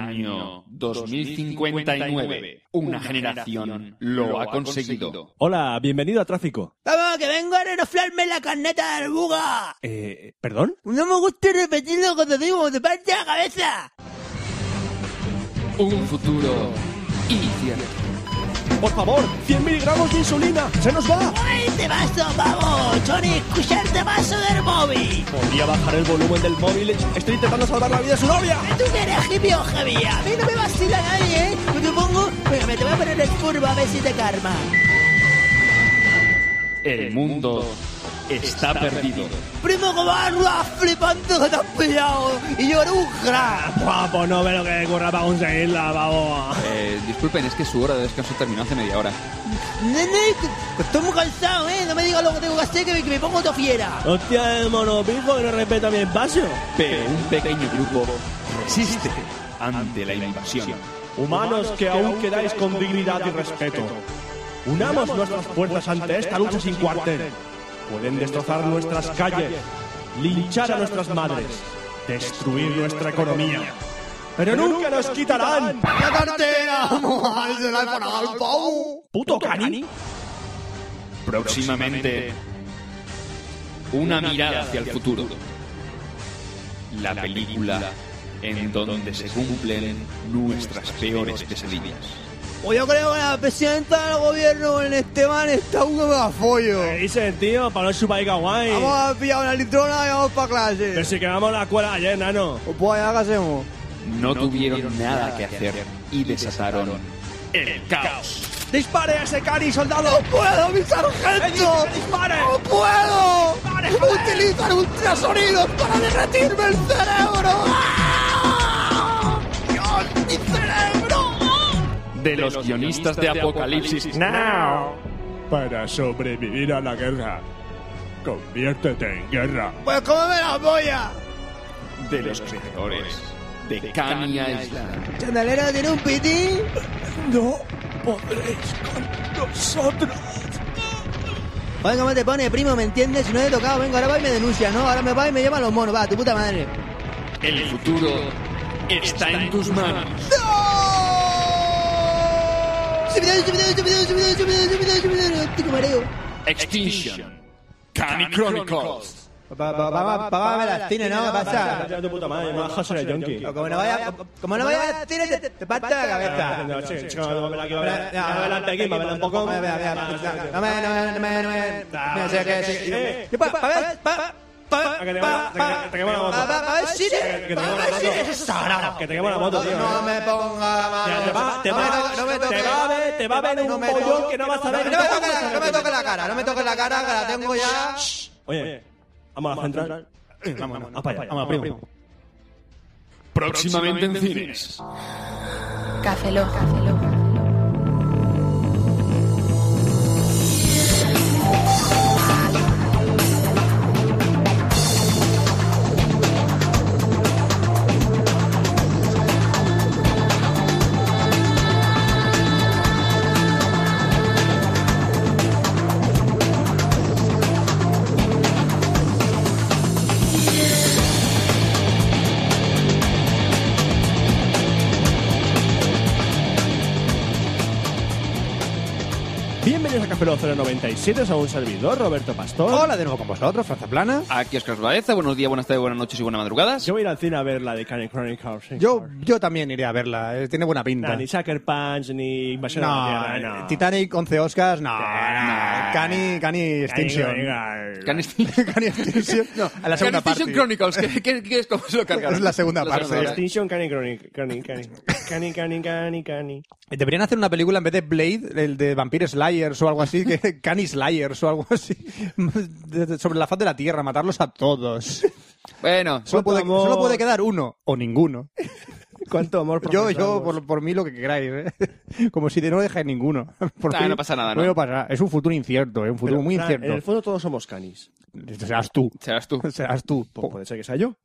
Año 2059. Una generación lo ha conseguido. Hola, bienvenido a Tráfico. ¡Vamos, que vengo a renoflarme la carneta del buga! Eh, ¿perdón? ¡No me gusta repetir lo que te digo, te parte la cabeza! Un futuro incierto. Por favor, 100 miligramos de insulina, se nos va. ¡Ay, te paso, vamos! ¡Johnny, escucharte paso del móvil! Podría bajar el volumen del móvil, estoy intentando salvar la vida de su novia. ¿Tú que eres hippie o heavy? A mí no me vacila nadie, ¿eh? Yo te pongo... Venga, me te voy a poner en curva a ver si te calma. El mundo está perdido. Primo, como algo flipante que te has pillado. Y yo era un crack. Guapo, pues no veo lo que ocurra para conseguirla, vamos. Eh, disculpen, es que su hora de descanso terminó hace media hora. Nene, que estoy muy cansado, ¿eh? No me digas lo que tengo que hacer, que me, que me pongo todo fiera. Hostia, de monopico que no respeta mi espacio. Pero un pequeño grupo resiste ante la invasión. Humanos que aún quedáis con dignidad y respeto. Unamos nuestras fuerzas ante esta lucha sin cuartel. Pueden destrozar nuestras calles, linchar a nuestras madres, destruir nuestra economía. Pero nunca nos quitarán ¡La cartera! ¡Vamos al iPhone al pau! puto cani. Próximamente, una mirada hacia el futuro. La película en donde se cumplen nuestras peores pesadillas. Pues yo creo que la presidenta del gobierno, en Esteban, está un gafollo. ¿Qué dices, Eh, tío? Para no suba guay. Vamos a pillar una litrona y vamos para Pero clase. si quemamos la escuela ayer, nano. Pues allá, ¿qué hacemos? No tuvieron nada que hacer y desataron el caos. ¡Dispare a ese cani, soldado! ¡No puedo, mi sargento! ¡Que dispare! ¡No puedo! ¡Dispare, joder! ¡Utilizan ultrasonidos para derretirme el cerebro! ¡Ah! ¡Dios, mi cerebro! ¡Ah! De los guionistas de Apocalipsis Para sobrevivir a la guerra, conviértete en guerra. ¡Pues cómeme la polla! de los creadores de Kanye Island. ¿Chandelero tiene un pitín? ¡No podréis con nosotros! Oye, ¿cómo te pone, primo? ¿Me entiendes? Si no he tocado, vengo, ahora va y me denuncia, ¿no? Ahora me va y me llama los monos, va, tu puta madre. El futuro está en tus manos. Subidón, subidón, subidón, subidón, subidón, subidón, subidón, óptico mareo. Extinction. Kanye Chronicles. Pagame las tines, ¿no? ¿Qué pasa? Ya tu puta madre, no bajas en el yonki. Como no vaya, como no vaya a las tines, te, te parto la cabeza. No, chico, chico, dámela aquí, dámela aquí, dámela un poco. Mira, mira, mira, mira, No me, no me, no me, no me. Mira, sé que- sé que- Pa- pa- pa- pa- pa- Ah, que te pa- quema- te quema- te quema la pa- moto. pa- pa- pa- sí, sí, Que te quema pa- la pa- moto. sí, eso es sagrado. Que te quema la moto, tío. No me ponga la mano. Ya, te va- te No va- me toque- no me te toque. va a ver- te va a ver un No me pollón toque. que no vas a ver. No me toque la- no me toque la cara, no me toque la cara, que la tengo ya. Oye, vamos a la central. Vámonos, vamos para allá, vamos, primo. Próximamente en cines. Café Lock. Bienvenidos a Café Lock 097, soy un servidor, Roberto Pastor. Hola de nuevo con vosotros, Franza Plana. Aquí Oscar Baeza, buenos días, buenas tardes, buenas noches y buenas madrugadas. Yo voy a ir al cine a ver la de Canning Chronicles. sí, Yo, por- yo también iré a verla, eh, tiene buena Nah, pinta. ni Sucker Punch, ni Invasión a la No, Tierra, no. Titanic 11 Oscars, no, Nah. no. Cani, Cani Extinction. Canning- Can Cani Extinction. No, a la segunda parte. Chronicles, ¿qué, qué, qué es cómo se lo cargaron? Es la segunda parte. segunda Extinction, Canning Chronic, Canning, Canning. Canning, Canning, Canning, Canning. Deberían hacer una película en vez de Blade, el de Vampire Slayers o algo así, que Cani Slayers o algo así, de- de- sobre la faz de la Tierra, matarlos a todos. Bueno, Solo puede, Cuánto amor. solo puede quedar uno o ninguno. Cuánto amor Yo, profesamos. yo por, por mí lo que queráis, ¿eh? como si de no dejáis ninguno. Por Ah, no pasa nada, ¿no? me pasa. Es un futuro incierto, es un futuro Pero, muy Fran, En el incierto. fondo todos somos canis. Serás tú. serás tú. Serás tú. Pues puede ser que sea yo.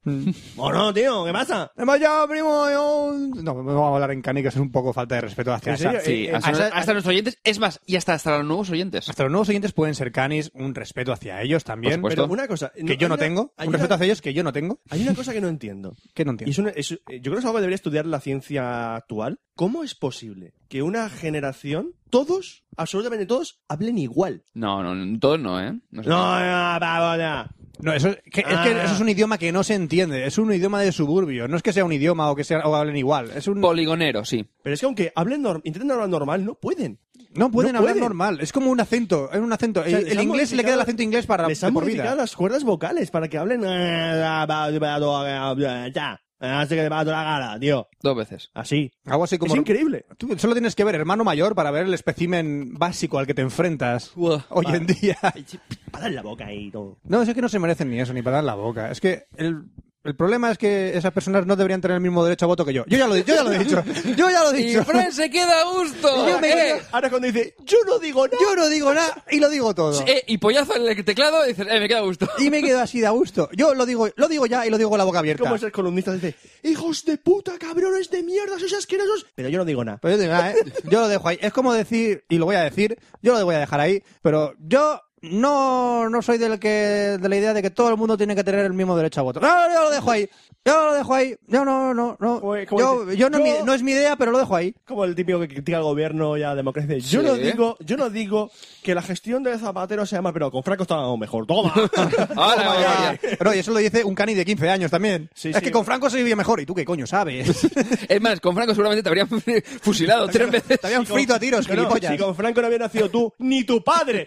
¿O no, tío? ¿Qué pasa? Además, ya, Mm. primo, yo No, no vamos a hablar en cani, que eso es un poco falta de respeto hacia ¿En serio? esa- Sí, eh, hasta, hasta- hasta nuestros oyentes. Es más, y hasta, hasta los nuevos oyentes. Hasta los nuevos oyentes pueden ser canis, un respeto hacia ellos también. Por pero supuesto. Pero una cosa. que yo no tengo. hay Un una- respeto hacia ellos que yo no tengo. Hay una cosa que no entiendo. Que no Y entiendo. es una- es- eh, yo creo que es algo que debería estudiar la ciencia actual. ¿Cómo es posible que una generación, todos, absolutamente todos, hablen igual? No, no, no, todos no, ¿eh? No sé. no, no, no. No, eso, es- que- es que Ah. eso es un idioma que no se entiende. Es un idioma de suburbio. No es que sea un idioma o que sea, o hablen igual. Es Pues, un, Poligonero, sí. Pero es que aunque hablen nor- intenten hablar normal, no pueden. no pueden no hablar pueden. normal. Es como un acento. Es un acento. O sea, el les el han inglés le modificado- queda el acento inglés para Les de han por modificado vida. las cuerdas vocales para que hablen. "Eh, Así que te va a la gala, tío. Dos veces. Así. Algo así como. Es increíble. Tú solo tienes que ver hermano mayor para ver el espécimen básico al que te enfrentas Buah. hoy en día. Para en la boca y todo. No, es que no se merecen ni eso, ni para dar la boca. Es que el, el problema es que esas personas no deberían tener el mismo derecho a voto que yo. Yo ya lo, he- yo ya lo he dicho. Yo ya lo he Y dicho. Fran se queda a gusto. eh. Ahora cuando dice, yo no digo nada. Yo no digo nada y lo digo todo. Eh, y pollazo en el teclado y dices, eh, me queda a gusto. Y me quedo así de a gusto. Yo lo digo, lo digo ya y lo digo con la boca abierta. Como es el columnista dice, hijos de puta, cabrones de mierda, sois asquerosos. Pero yo no digo nada. Pero yo, digo, ah, eh, yo lo dejo ahí. Es como decir, y lo voy a decir, yo lo voy a dejar ahí, pero yo no, no soy del que, de la idea de que todo el mundo tiene que tener el mismo derecho a voto. No, no, yo lo dejo ahí. Yo lo dejo ahí. Yo no, no, no. Oye, ¿cómo Yo, dice? yo no, es mi- Yo- no es mi idea, pero lo dejo ahí. Como el típico que critica al gobierno y a la democracia. Yo Sí. no digo, yo no digo que la gestión de Zapatero sea mal, pero con Franco estábamos mejor. Toma. Oh Ahora, María. Pero y eso lo dice un cani de 15 años también. Sí, es sí. que con Franco se vivía mejor. ¿Y tú qué coño sabes? Es más, con Franco seguramente te habrían fusilado tres veces. Te habían frito a tiros, No, no, gilipollas. Pues si con Franco no había nacido tú, ni tu padre.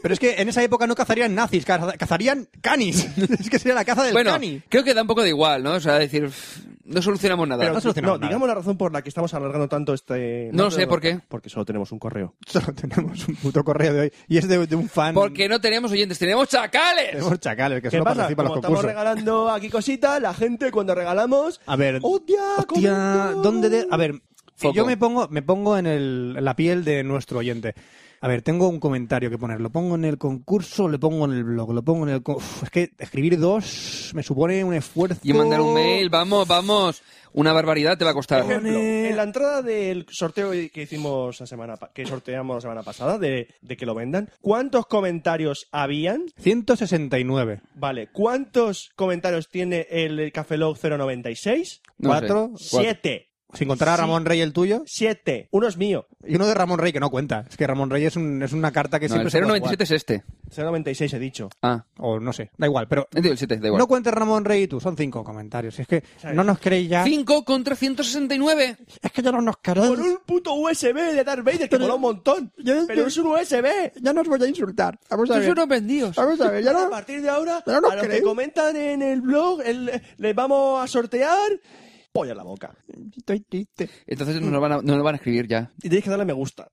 Pero es que en esa época no cazarían nazis, caza- cazarían canis. Es que sería la caza del Bueno, cani. creo que da un poco de igual, ¿no? O sea, decir, "Pff, no solucionamos nada. Pero- no solucionamos no, nada. digamos la razón por la que estamos alargando tanto este... No sé por qué. Porque solo tenemos un correo. Solo tenemos un puto correo de hoy. Y es de, de un fan. Porque no teníamos oyentes, teníamos chacales. Tenemos chacales que ¿Qué solo pasa? participan en Como los estamos concursos. regalando aquí cositas, la gente cuando regalamos... A ver. ¡Hostia! Hostia, ¿cómo ¿dónde no? de- A ver. eh, Foco. Yo me pongo, me pongo en, el- en la piel de nuestro oyente. A ver, tengo un comentario que poner. ¿Lo pongo en el concurso? ¿Lo pongo en el blog? ¿Lo pongo en el.? co- Uf, es que escribir dos me supone un esfuerzo. Y mandar un mail, vamos, vamos. Una barbaridad te va a costar. Por ejemplo, Pone- en la entrada del sorteo que hicimos la semana pa- que sorteamos la semana pasada de, de que lo vendan, ¿cuántos comentarios habían? 169. Vale, ¿cuántos comentarios tiene el Café Log 096? No cuatro, sé. Siete. Sin contar a Sí. Ramón Rey el tuyo. Siete. Uno es mío. Y uno de Ramón Rey que no cuenta. Es que Ramón Rey es, un- es una carta No, que siempre el se puede 097 es este. 096 he dicho. Ah, jugar. O no sé, da igual. Pero entiendo el 7, da igual. no cuentes Ramón Rey y tú. Son cinco comentarios. Es que no nos queréis ya. 5 contra 169. Es que ya no nos queréis. Con un puto USB de Darth Vader que mola un montón. Yo- Pero yo- es un USB. Ya nos voy a insultar. Vamos a Estos ver. son unos vendidos. Vamos a ver, ya A no. partir de ahora, Pero no a los que creo. comentan en el blog, el- les vamos a sortear polla en la boca. Estoy triste. Entonces nos lo van a, nos lo van a escribir ya. Y tenéis que darle me gusta.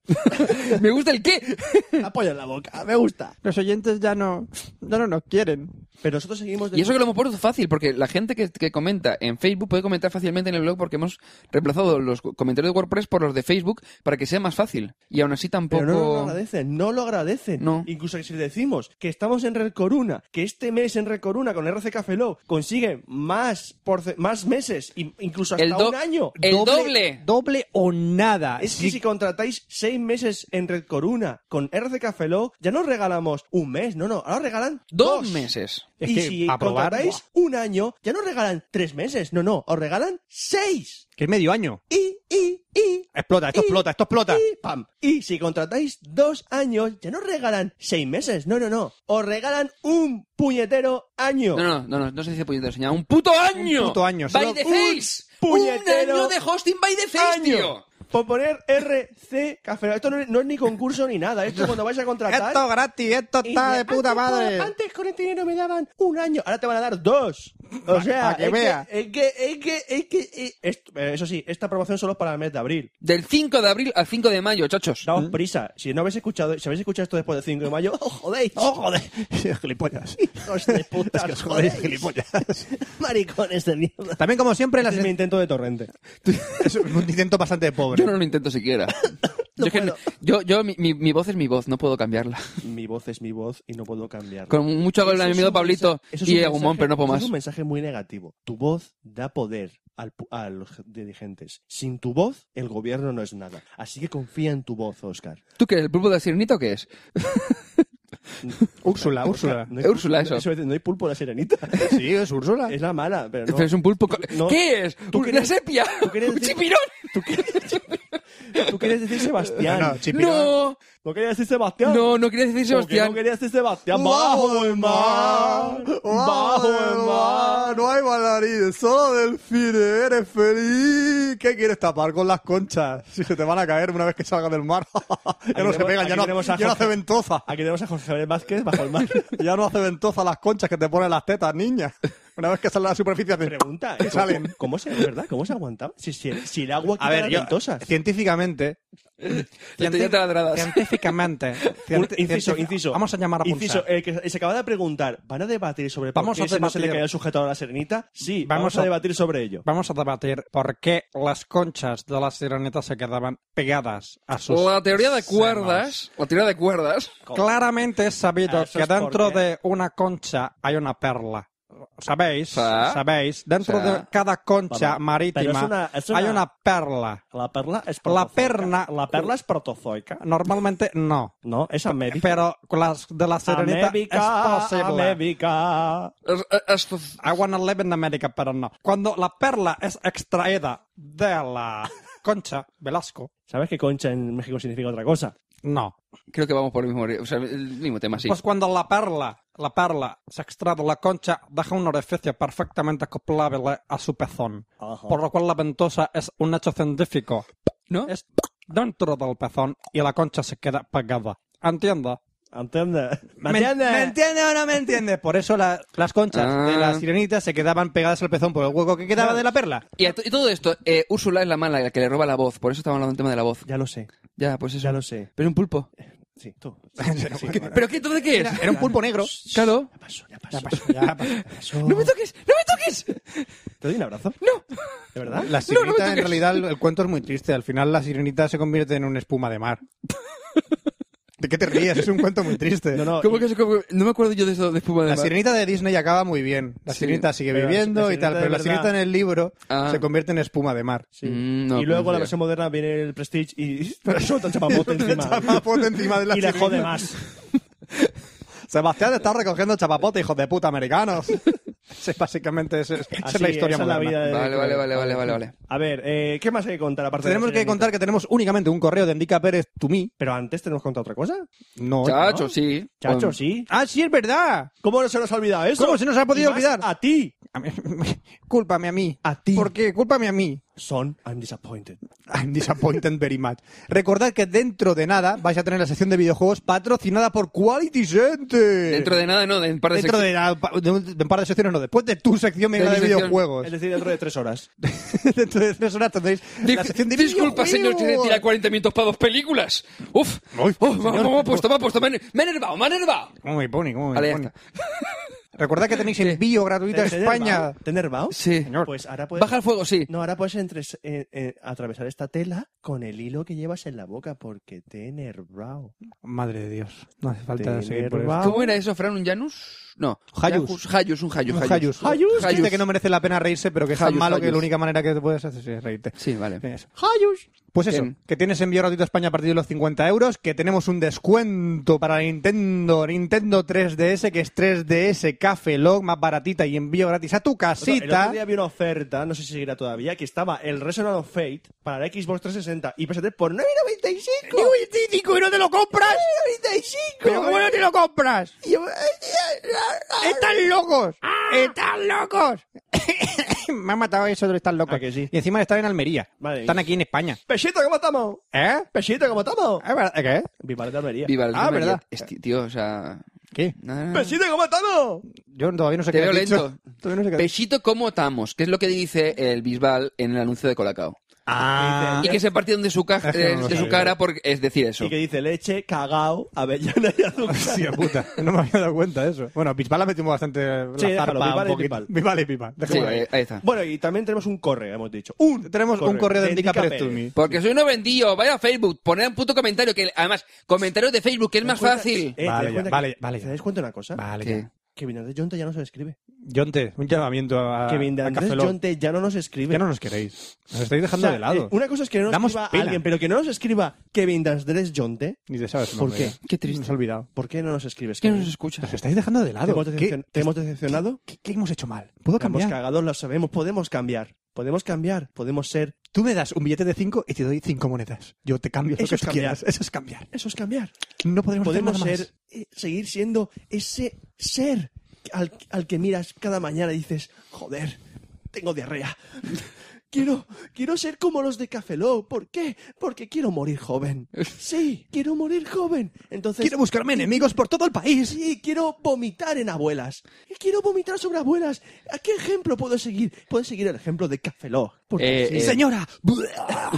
¿Me gusta el qué? Apoya en la boca, me gusta. Los oyentes ya no, ya no nos quieren. Pero nosotros seguimos... de- Y eso que lo hemos puesto fácil, porque la gente que, que comenta en Facebook puede comentar fácilmente en el blog porque hemos reemplazado los comentarios de WordPress por los de Facebook para que sea más fácil. Y aún así tampoco... Pero no, lo agradecen, no lo agradecen. No. Incluso que si le decimos que estamos en Red Coruna, que este mes en Red Coruna con RC Café Lock consigue más, porce- más meses, in- incluso hasta El do- un año. El doble. Doble o nada. Es que Sí, si contratáis seis meses en Red Coruna con RC Café Lock, ya no os regalamos un mes, no, no, ahora os regalan Dos meses. Es y que si pa' probar, contratáis un año, ya no os regalan tres meses, no, no, os regalan seis. Que es medio año. Y, y, y, Explota, esto Y- explota, esto explota. Y pam. Y si contratáis dos años, ya no regalan seis meses. No, no, no. Os regalan un puñetero año. No, no, no, no, no se dice puñetero, señal. ¡Un puto año! Un puto año, ¡By solo the un face! puñetero ¡Un año de hosting by the face, Año. tío! Por poner RC Café. Lock. Esto no es, no es ni concurso ni nada. Esto cuando vais a contratar. Esto gratis, esto y está de dices, puta "Antes con- madre. Antes con este dinero me daban un año, ahora te van a dar dos. O Pa- sea, pa' que es, vea. Que, es que, es que, es que- es- esto- eh, eso sí, esta promoción solo es para el mes de abril. Del 5 de abril al 5 de mayo, chachos. Daos ¿Mm? prisa. Si no habéis escuchado, si habéis escuchado esto después del 5 de mayo, ¡oh, jodéis! ¡Oh, joder! gilipollas. Hijos de puta, Es que os os jodéis, jodéis. gilipollas. Maricones de mierda. También, como siempre, en las... Ese es mi intento de torrente. es un intento bastante pobre. Yo no lo intento siquiera. Yo, No es que no- puedo. yo, yo- mi, mi- mi voz es mi voz, no puedo cambiarla. Mi voz es mi voz y no puedo cambiarla. Con mucho hago el Eso es amigo un Pablito mensaje- eso es y un Agumón, mensaje- pero no puedo eso más. Es un mensaje muy negativo. Tu voz da poder al pu- a los dirigentes. Sin tu voz, el gobierno no es nada. Así que confía en tu voz, Oscar. ¿Tú qué eres? ¿El pulpo de la sirenita o qué es? Úrsula, Úrsula. No Úrsula, eso. es- No hay pulpo a la serenita. Sí, es Úrsula. Es la mala, pero no. Pero Este es un pulpo. co- No. ¿Qué es? ¿Tú ¿Una querías- sepia? tú querías ¿Un decir- chipirón? ¿Tú quieres, tú quieres decir Sebastián. No, No, no, chipirón. No, querías decir Sebastián. no, no quería decir ¿Por qué Sebastián. no querías decir Sebastián. Bajo el mar. Bajo el mar. No hay bailarines, solo delfines. Eres feliz. ¿Qué quieres tapar con las conchas? Si se te van a caer una vez que salgas del mar. ya no tenemos- se pegan, aquí ya no, tenemos a ya no Jorge- hace ventosa. Aquí tenemos a José Javier Vázquez bajo el mar. Ya no hace ventosa las conchas que te ponen las tetas, niña. Una vez que salen a la superficie, hacen- Pregunta, ¿eh? te salen. ¿Cómo, cómo se, de verdad, ¿cómo se aguantaba? Si, si, el- si el agua quita A ver, las yo, ventosas. científicamente, Ya te- ya te ladradas. científicamente, Un- cienti- inciso, científica- inciso. Vamos a llamar a Inciso, pulsar. el que se acaba de preguntar, ¿van a debatir sobre Vamos por a qué se no se le debatir. caía el sujetador a la serenita? Sí, Vamos vamos, a- a debatir sobre ello. Vamos a debatir por qué las conchas de las sirenitas se quedaban pegadas a sus. La teoría de senos. cuerdas. Ah, La teoría de cuerdas. Claramente es sabido Eso que es dentro porque- de una concha hay una perla. ¿Sabéis? Sa- ¿Sabéis? Dentro Sa- de cada concha Vamos. Pero marítima es una- es hay una- una perla. La perla es La protozoica. perna- La perla es protozoica. Normalmente no. No, es amébica. Pero con las de la sirenita Amébica, es posible. amébica. Es- es- es- I wanna live in America, pero no. Cuando la perla es extraída de la concha, Velasco, ¿Sabes que concha en México significa otra cosa? no. Creo que vamos por el mismo, ri- o sea, el mismo tema, sí. Pues cuando la perla, la perla se extrae de la concha, deja un orificio perfectamente acoplable a su pezón. Ajá. Por lo cual la ventosa es un hecho científico. ¿No? Es dentro del pezón y la concha se queda pegada. ¿Entiendes? ¿Entiendes? ¿Me entiendes? ¿Me entiendes o no me entiendes? Por eso la- las conchas Ah. de la sirenita se quedaban pegadas al pezón por el hueco que quedaba de la perla. Y, a to- y todo esto, eh, Úrsula es la mala, la que le roba la voz. Por eso estamos hablando del tema de la voz. Ya lo sé, Ya, pues eso. ya lo sé. Pero es un pulpo. Sí, tú. ¿Qué- ¿Pero qué entonces qué es? Eh, Era un pulpo negro. Claro. Ya pasó, ya pasó. ¡No me toques! ¡No me toques! ¿Te doy un abrazo? ¡No! ¿De verdad? No, La no sirenita, me en toques. realidad, el, el cuento es muy triste. Al final, la sirenita se convierte en una espuma de mar. ¿De qué te ríes? Es un cuento muy triste. No, no. ¿Cómo y- que se- cómo- No me acuerdo yo de eso de espuma de La mar. sirenita de Disney acaba muy bien. La Sí, sirenita sigue pero la- viviendo la y sirenita de tal, pero la verdad- sirenita en el libro Ah. se convierte en espuma de mar. sí. Mm, no, y luego pues, ya. la versión moderna viene el Prestige y suelta el chapapote encima. Chapapote encima de la y le sirenita. jode más. Sebastián está recogiendo chapapote, hijos de puta americanos. Ese básicamente es, es- esa Así, es la historia esa es la moderna. vida de- Vale, vale, vale, vale, vale, vale. A ver, eh, ¿qué más hay que contar aparte de la Pues Tenemos que sirenita? contar que tenemos únicamente un correo de Enrica Pérez to me. Pero antes tenemos que contar otra cosa. No. Chacho, ¿no? sí. Um, Chacho, Bueno, sí. Ah, sí, es verdad. ¿Cómo no se nos ha olvidado eso? ¿Cómo se nos ha podido Y más olvidar? A ti. A mí- Cúlpame a mí. A ti. ¿Por qué? Cúlpame a mí. Son, I'm disappointed. I'm disappointed very much. Recordad que dentro de nada vais a tener la sección de videojuegos patrocinada por Quality Center. Dentro de nada, no, de un par de Dentro secciones. de, la- de un, de un par de secciones, no, después de tu sección mega mi de, sección. videojuegos. Es decir, dentro de tres horas. dentro de tres horas tendréis la sección de Disculpa, señor, tiene que videojuegos. tirar 40 minutos para dos películas. Uf, Uy, uf, señor. me ha puesto, me ha puesto, me ha me ha enervado, me ha enervado. ¿Cómo me pone? ¿Cómo me Vale, ya pone? está. Recordad que tenéis envío gratuito a España. ¿Te enervado? Sí. Pues ahora puedes... Baja el fuego, sí. No, ahora puedes entres- eh, eh, atravesar esta tela con el hilo que llevas en la boca porque te he enervado. Madre de Dios. No hace falta Te seguir por enervado. ¿Cómo era eso, Fran? ¿Un Janus? No. Hayus. Hayus, un Hayus. Un Hayus. Hayus. Hayus. Gente que no merece la pena reírse, pero que es tan Hayus, malo que Hayus. la única manera que te puedes hacer es reírte. Sí, vale. Eso. Pues eso, Bien. que tienes envío gratuito a España a partir de los 50 euros, que tenemos un descuento para Nintendo, Nintendo 3DS, que es 3DS Café Log, más baratita y envío gratis a tu Otro- El casita. otro día había una oferta, no sé si seguirá todavía, que estaba el Resonant of Fate para la Xbox 360 y PS3 por 9.95. ¡95 y no te lo compras! ¿Pero cómo no te lo compras? ¡Están locos! ¡Están locos! Ah. Me ha matado eso de están locos. ¿A Ah, que sí? Y encima están en Almería. Madre están mía. aquí en España. Pesito, ¿cómo estamos? ¿Eh? Pesito, ¿cómo estamos? ¿Es Ah, verdad? ¿Qué? Viva la Almería. Viva el Ah, Roma, verdad. y- esti- Tío, o sea... ¿Qué? nada, nada. Pesito, ¿cómo estamos? Yo todavía no sé Te qué veo has dicho. lento. Todavía no sé qué has dicho. Pesito como tamos, que es lo que dice el Bisbal en el anuncio de Colacao. Ah. Y que se partieron de su, ca- Es que no eh, lo de su sabía. cara por es decir eso. Y que dice leche, cagao, avellana y azúcar. Hostia puta, no me había dado cuenta de eso. Bueno, Bisbal la metimos bastante la Sí, déjalo, zarpa Bisbal un y poquito. Bisbal. Bisbal y Bisbal, Sí, déjalo ahí. eh, ahí, ahí está. Bueno, y también tenemos un correo, hemos dicho. Tenemos un correo de Indica Pérez Tumi. Porque soy un vendido, vaya a Facebook, poner un puto comentario que además, comentarios de Facebook que es más fácil. Eh, ¿te das Vale, ya, cuenta que- vale, vale, ya. ¿Te dais cuenta de una cosa? Vale, ¿Qué? ya. Que Vinandés Jonte ya no se escribe. Yonte, un llamamiento a, que a Vinandés Cafeló. Jonte ya no nos escribe. Ya no nos queréis. Nos estáis O dejando sea, de lado. eh, una cosa es que no nos Damos escriba pena. alguien, pero que no nos escriba Kevin Dandres Jonte. Ni te sabes su ¿Por nombre qué? ya. Qué triste. Nos ha olvidado. ¿Por qué no nos escribes? Es que no Kevin? nos escucha. Nos estáis dejando de ¿Te, lado. hemos ¿Qué, decepcion- te hemos decepcionado? qué- qué hemos hecho mal? ¿Puedo La hemos cambiar? cagado, lo sabemos. Podemos cambiar. Podemos cambiar. Podemos ser. Tú me das un billete de 5 y te doy 5 monedas. Yo te cambio Eso lo que es tú cambiar. quieras. Eso es cambiar. Eso es cambiar. No podemos, hacer Podemos nada más. ser, eh, seguir siendo ese ser al, al que miras cada mañana y dices, joder, tengo diarrea. Quiero, quiero ser como los de Cafeló. ¿Por qué? Porque quiero morir joven. Sí, quiero morir joven. Entonces, Quiero buscarme enemigos por todo el país. Sí, quiero vomitar en abuelas. Y Quiero vomitar sobre abuelas. ¿A qué ejemplo puedo seguir? Puedo seguir el ejemplo de Cafeló. Porque Eh, sí. eh, Señora.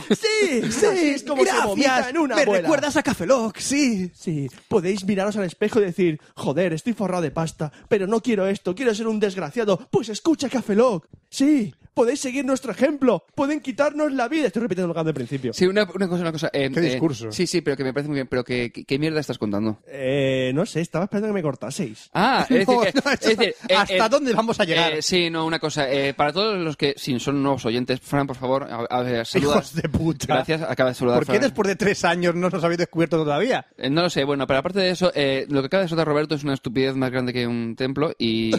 Sí, sí, Así es como se vomita en una me abuela. recuerdas a Cafeloc, sí. Sí, podéis miraros al espejo y decir, joder, estoy forrado de pasta, pero no quiero esto, quiero ser un desgraciado. Pues escucha Cafeloc. Sí, podéis seguir nuestro ejemplo, pueden quitarnos la vida. Estoy repitiendo lo que hago del principio. Sí, una, una cosa, una cosa. eh, Qué eh, discurso. sí, sí, pero que me parece muy bien. Pero que, que- ¿qué mierda estás contando? Eh, no sé, estaba esperando que me cortaseis. Ah, es No, decir, que- no, es eso- decir, eh, ¿hasta eh, dónde vamos a llegar? eh, sí, no, una cosa. eh, para todos los que si son nuevos oyentes, Fran, por favor, a, a ver, saluda. Hijos de puta. Gracias, acaba de saludar. ¿Por qué Fran. después de tres años no nos habéis descubierto todavía? Eh, No lo sé, bueno, pero aparte de eso, eh, lo que acaba de soltar Roberto es una estupidez más grande que un templo y.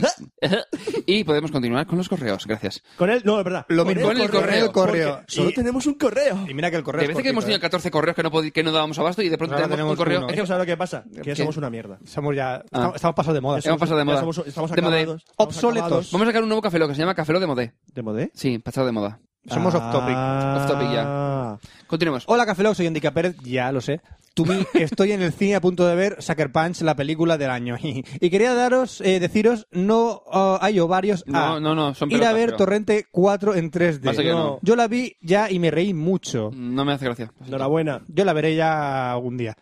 y podemos continuar con los correos, gracias. Con él, no, es verdad. Lo Con mismo él, el correo. el correo. Solo Y- tenemos un correo. Y mira que el correo De es eh. vez que hemos cortito, tenido 14 correos que no, pod- que no dábamos abasto y de pronto Ahora tenemos, un tenemos correo. uno. Es Es que que- ¿sabes lo que pasa? Que ¿Qué? somos una mierda. ¿eh? Somos ya... Ah. Estamos, estamos pasados de moda. Hemos pasado de moda. Ya somos- estamos De moda. acabados. Obsoletos. Acabados. Vamos a sacar un nuevo café, lo que se llama Café Lo de Modé. ¿De modé? Sí, pasado de moda. Somos Ah. off topic. Off topic ya. Continuemos. Hola, Cafeloc, soy Indica Pérez, ya lo sé. Tumi, estoy en el cine a punto de ver Sucker Punch, la película del año. Y quería daros, eh, deciros, no ah, hay ovarios. No, ah, no, no, son Ir a pelotas, ver pero- Torrente 4 en 3D. Pasa que no. Mm. Yo la vi ya y me reí mucho. No me hace gracia. Enhorabuena. Yo la veré ya algún día.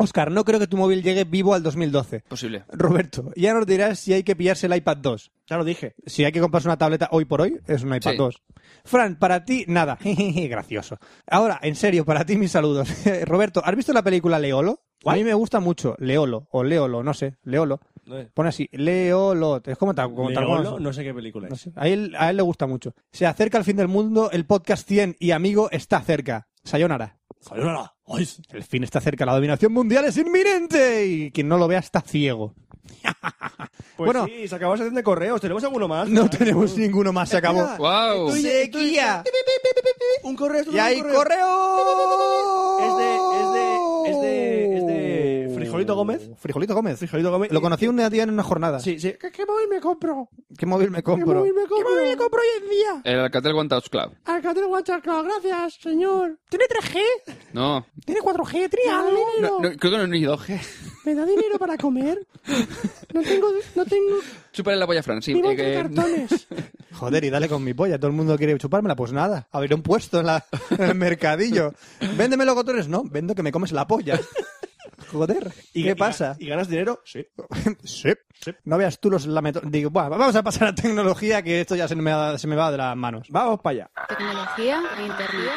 Oscar, no creo que tu móvil llegue vivo al 2012. Posible. Roberto, ya nos dirás si hay que pillarse el iPad 2. Ya lo dije. Si hay que comprarse una tableta hoy por hoy, es un iPad Sí. 2. Fran, para ti, nada. Gracioso. Ahora, en serio, para ti mis saludos. Roberto, ¿has visto la película Leolo? A mí me gusta mucho. Leolo, o Leolo, no sé. Leolo. Pone así, Leolo. Es como tal. como tal- Leolo, Eh, no sé qué película es. no sé. A él, a él le gusta mucho. Se acerca el fin del mundo, el podcast 100 y amigo está cerca. Sayonara. Sayonara. Ay, El fin está cerca, la dominación mundial es inminente y quien no lo vea está ciego. Pues Bueno. sí, se acabó la sección de correos. ¿Tenemos alguno más? Ah. No tenemos ninguno más, se acabó. ¡Wow! Sequía. Un correo. esto Y es un hay correo. Es de, es de, es de, es de Frijolito Gómez. Frijolito Gómez. Frijolito Gómez. Lo conocí un día en una jornada. Sí, sí. ¿Qué, qué móvil me compro? ¿Qué móvil me ¿Qué compro? móvil me compro? ¿Qué móvil me compro hoy en día? El Alcatel One Touch Club. Alcatel WhatsApp, gracias, señor. ¿Tiene 3G? No. ¿Tiene 4G? ¿Tiene No, no, creo que no es ni 2G. ¿Me da dinero para comer? No tengo, no tengo, Chúpale la polla, Fran. Sí, eh, que- Joder, y dale con mi polla. Todo el mundo quiere chupármela. Pues nada, abriré un puesto en, la- en el mercadillo. Véndeme locotones. No, vendo que me comes la polla. Joder. ¿Y qué pasa? ¿Y ganas dinero? Sí. Sí. No veas tú los lametones. Digo, "Buah, vamos a pasar a tecnología que esto ya se me, ha- se me va de las manos. Vamos para allá. Tecnología e internet.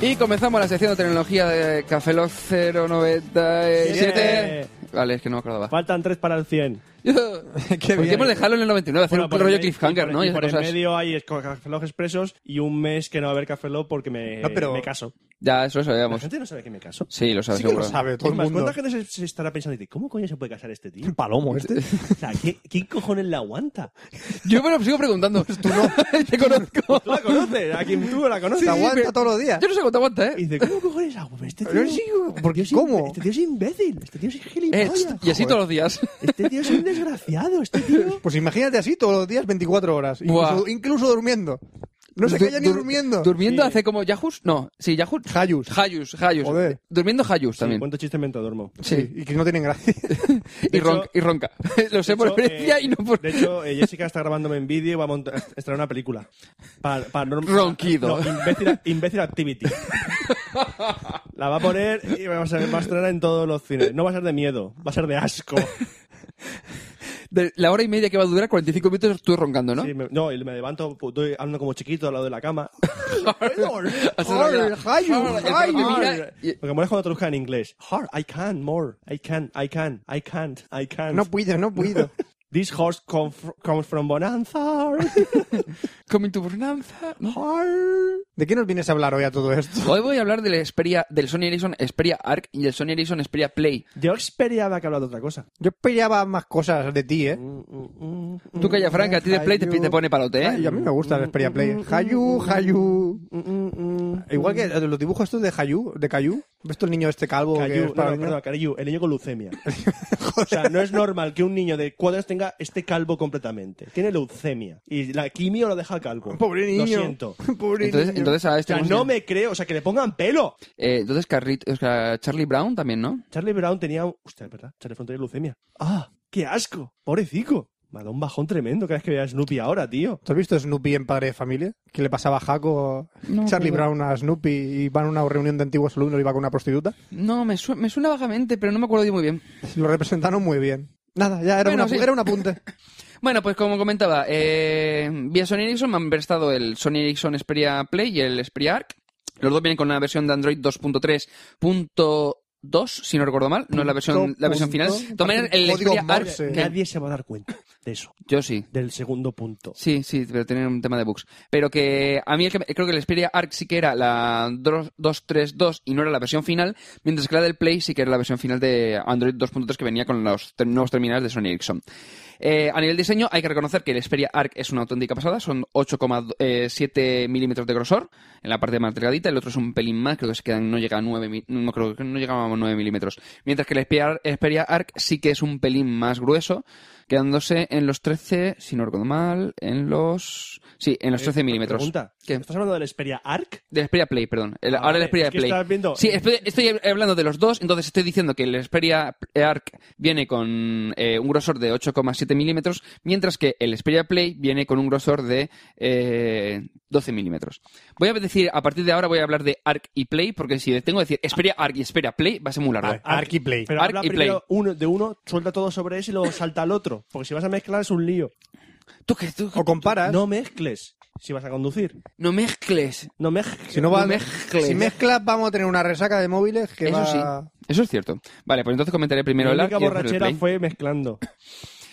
Y comenzamos la sección de tecnología de Café Lock 097. Vale, es que no me acordaba. Faltan tres para el 100. Podríamos dejarlo en el 99, hacer Bueno, un por rollo el- y cliffhanger, por- ¿no? Y Y por esas el cosas. medio hay Cafelog expresos y un mes que no va a haber Cafelog porque me, No, pero- me caso. Ya, eso lo La sabíamos. gente no sabe que me caso. Sí, lo sabes, Sí que lo seguro. sabe todo Es el más, mundo. ¿cuánta gente se, se estará pensando y dice, ¿cómo coño se puede casar este tío? palomo este? O sea, ¿qué- ¿quién cojones la aguanta? Yo me lo sigo preguntando. Tú no. Te conozco. ¿Tú la conoces? ¿A quien tú la conoces? Se La aguanta. aguanta todos los días. Yo no sé cuánto aguanta, Y ¿eh? dice, ¿cómo cojones aguanta este Pero tío? sí, porque es ¿cómo? imbe- Este tío es imbécil, este tío es Eh, gilipollas. y así todos los días. Este tío es un desgraciado, este tío. Pues imagínate así todos los días, 24 horas. Buah. Incluso, incluso durmiendo. No se Du- callan ni dur- durmiendo. Durmiendo hace como Yahus. No, sí, Yahus. Hayus. Hayus, Hayus. Joder. Durmiendo Hayus Sí, también. ¿Cuánto chiste me duermo? Sí. Y que no tienen gracia. Y, hecho- ronca, y ronca. Lo sé por hecho, experiencia eh, y no por. De hecho, eh, Jessica está grabándome en vídeo y va a monta- a estrenar una película. Pa- pa- no- Ronquido. no, imbécil, Imbécil Activity. La va a poner y va a, ser- va a estrenar en todos los cines. No va a ser de miedo, va a ser de asco. De la hora y media que va a durar, 45 minutos tú roncando, ¿no? Sí, me- no, y me levanto, pu- doy- ando como chiquito al lado de la cama. Has arreglado. Hayus, El Hayus. programa mira y- Porque mola es cuando traduzcan en inglés. Hard, I can more. I can, I can, I can't, I can't. No puedo, no puedo. This horse come fr- comes from Bonanza. Coming to Bonanza. ¿no? ¿De qué nos vienes a hablar hoy a todo esto? Hoy voy a hablar del Xperia, del Sony Ericsson Xperia Arc y del Sony Ericsson Xperia Play. Yo esperaba que hablar de otra cosa. Yo esperaba más cosas de ti, ¿eh? Tú calla, Mm. Frank, a ti de Play te, te pone palote, Ay, ¿eh? mm, a mí me gusta el Xperia Play. Hayu, Hayu. Igual que los dibujos estos de Hayu, de Cayu. ¿Ves tú el niño este calvo? que Cayu, es no, para no, niños? perdón, Cayu, el niño con leucemia. o sea, no es normal que un niño de cuadros tenga este calvo completamente. Tiene leucemia. Y la quimio lo deja calvo. Pobre niño. Lo siento. O Pobre Entonces, niño. entonces a este. sea, ¿cómo se no llama? me creo. O sea, que le pongan pelo. Eh, entonces, Carlit- o sea, Charlie Brown también, ¿no? Charlie Brown tenía... un- Hostia, es verdad. Charlie Brown tenía leucemia. ¡Ah! ¡Qué asco! ¡Pobrecico! Me ha dado un bajón tremendo cada vez que vea a Snoopy ahora, tío. ¿Tú has visto Snoopy en Padre de Familia? Que le pasaba a Jaco, No, Charlie pero- Brown a Snoopy y van a una reunión de antiguos alumnos y va con una prostituta. No, me, su- me suena vagamente, pero no me acuerdo muy bien. Lo representaron muy bien. Nada, ya era, Bueno, una- sí. era un apunte. Bueno, pues como comentaba, eh, vía Sony Ericsson me han prestado el Sony Ericsson Xperia Play y el Xperia Arc. Los dos vienen con una versión de Android 2.3.2, si no recuerdo mal, no es la versión, la versión final. De todas maneras, el Código Xperia Arc... Morse. que- Nadie se va a dar cuenta de eso. Yo sí. Del segundo punto. Sí, sí, pero tienen un tema de bugs. Pero que a mí el que me- creo que el Xperia Arc sí que era la 2- 2.3.2 y no era la versión final, mientras que la del Play sí que era la versión final de Android 2.3 que venía con los ter- nuevos terminales de Sony Ericsson. Eh, a nivel diseño hay que reconocer que el Xperia Arc es una auténtica pasada, son 8,7 milímetros de grosor en la parte más delgadita, el otro es un pelín más, creo que se quedan, no llega a 9, mi- no creo que no llegábamos a 9 milímetros, mientras que el Xperia, Xperia Arc sí que es un pelín más grueso, quedándose en los 13, si no recuerdo mal, en los... Sí, en los 13 milímetros. Eh, Pregunta. ¿Qué? ¿Estás hablando del Xperia Arc? Del Xperia Play, perdón. El- Ah, ahora el vale. Xperia Es que Play. estás viendo- Sí, estoy, estoy hablando de los dos, entonces estoy diciendo que el Xperia Arc viene con eh, un grosor de 8,7 milímetros, mientras que el Xperia Play viene con un grosor de eh, 12 milímetros. Voy a decir, a partir de ahora voy a hablar de Arc y Play, porque si tengo que decir Xperia Arc y Xperia Play, va a ser muy largo. Arquiplay. Pero Arc habla y primero uno, de uno, suelta todo sobre ese y luego salta al otro. Porque si vas a mezclar es un lío. Tú que tú, O ¿eh? comparas. No mezcles si vas a conducir. no mezcles. No mezcles. si no va- no mezcles. si mezclas, vamos a tener una resaca de móviles que Eso va... sí, eso es cierto. Vale, pues entonces comentaré primero el la Arc y única después el borrachera Play. fue mezclando.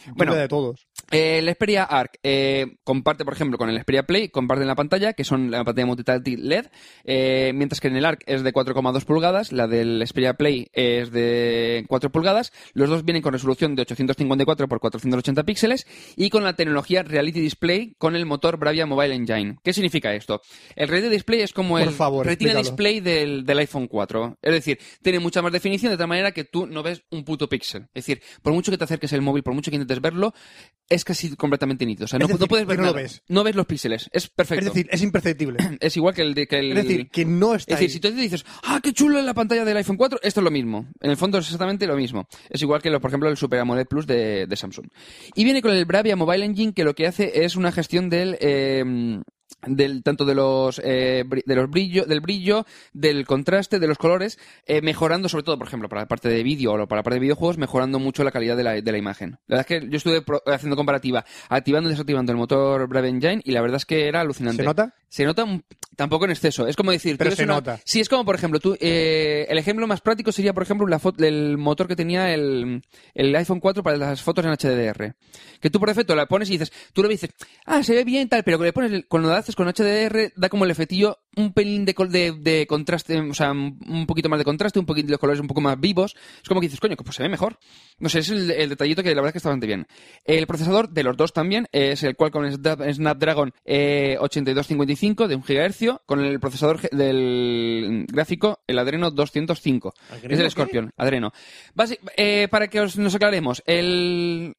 Bueno, Bueno, de todos. Eh, El Xperia Arc eh, comparte, por ejemplo, con el Xperia Play, comparten la pantalla, que son la pantalla multitáctil LED, eh, mientras que en el Arc es de 4,2 pulgadas, la del Xperia Play es de 4 pulgadas, los dos vienen con resolución de 854 x 480 píxeles y con la tecnología Reality Display con el motor Bravia Mobile Engine. ¿Qué significa esto? El Reality Display es como Por el favor, Retina explícalo. Display del, del iPhone 4. Es decir, tiene mucha más definición de tal manera que tú no ves un puto píxel. Es decir, por mucho que te acerques el móvil, por mucho que intentes verlo, es casi completamente nítido. O sea, Es no, decir, no puedes ver que no lo nada. ves. No ves los píxeles. Es perfecto. Es decir, es imperceptible. Es igual que el de que el- Es decir, que no está es decir, ahí. si tú te dices, ah, qué chulo es la pantalla del iPhone 4, esto es lo mismo. En el fondo es exactamente lo mismo. Es igual que, lo- por ejemplo, el Super AMOLED Plus de, de Samsung. Y viene con el Bravia Mobile Engine, que lo que hace es una gestión del... eh, del tanto de los eh, bri- de los brillo del brillo del contraste de los colores eh, mejorando sobre todo por ejemplo para la parte de vídeo o para la parte de videojuegos mejorando mucho la calidad de la, de la imagen la verdad es que yo estuve pro- haciendo comparativa activando y desactivando el motor Bravia Engine y la verdad es que era alucinante ¿Se nota? se nota un- tampoco en exceso. Es como decir, Pero tú eres se una- nota. Sí, es como, por ejemplo, tú, eh, el ejemplo más práctico sería, por ejemplo, la fo- el motor que tenía el, el iPhone 4 para las fotos en HDR. Que tú por defecto la pones y dices, tú le dices, ah, se ve bien tal, pero que le pones, el- cuando lo haces con HDR, da como el efectillo un pelín de, col- de, de contraste, o sea, un un poquito más de contraste, un poquito de colores un poco más vivos. Es como que dices, coño, que pues se ve mejor. No sé, es el, el detallito que la verdad es que está bastante bien. El procesador de los dos también es el Qualcomm Snap- Snapdragon eh, 8255 de 1 GHz con el procesador ge- del gráfico, el Adreno 205. ¿Adreno Es el qué? Scorpion, Adreno. Basi- eh, para que os, nos aclaremos, el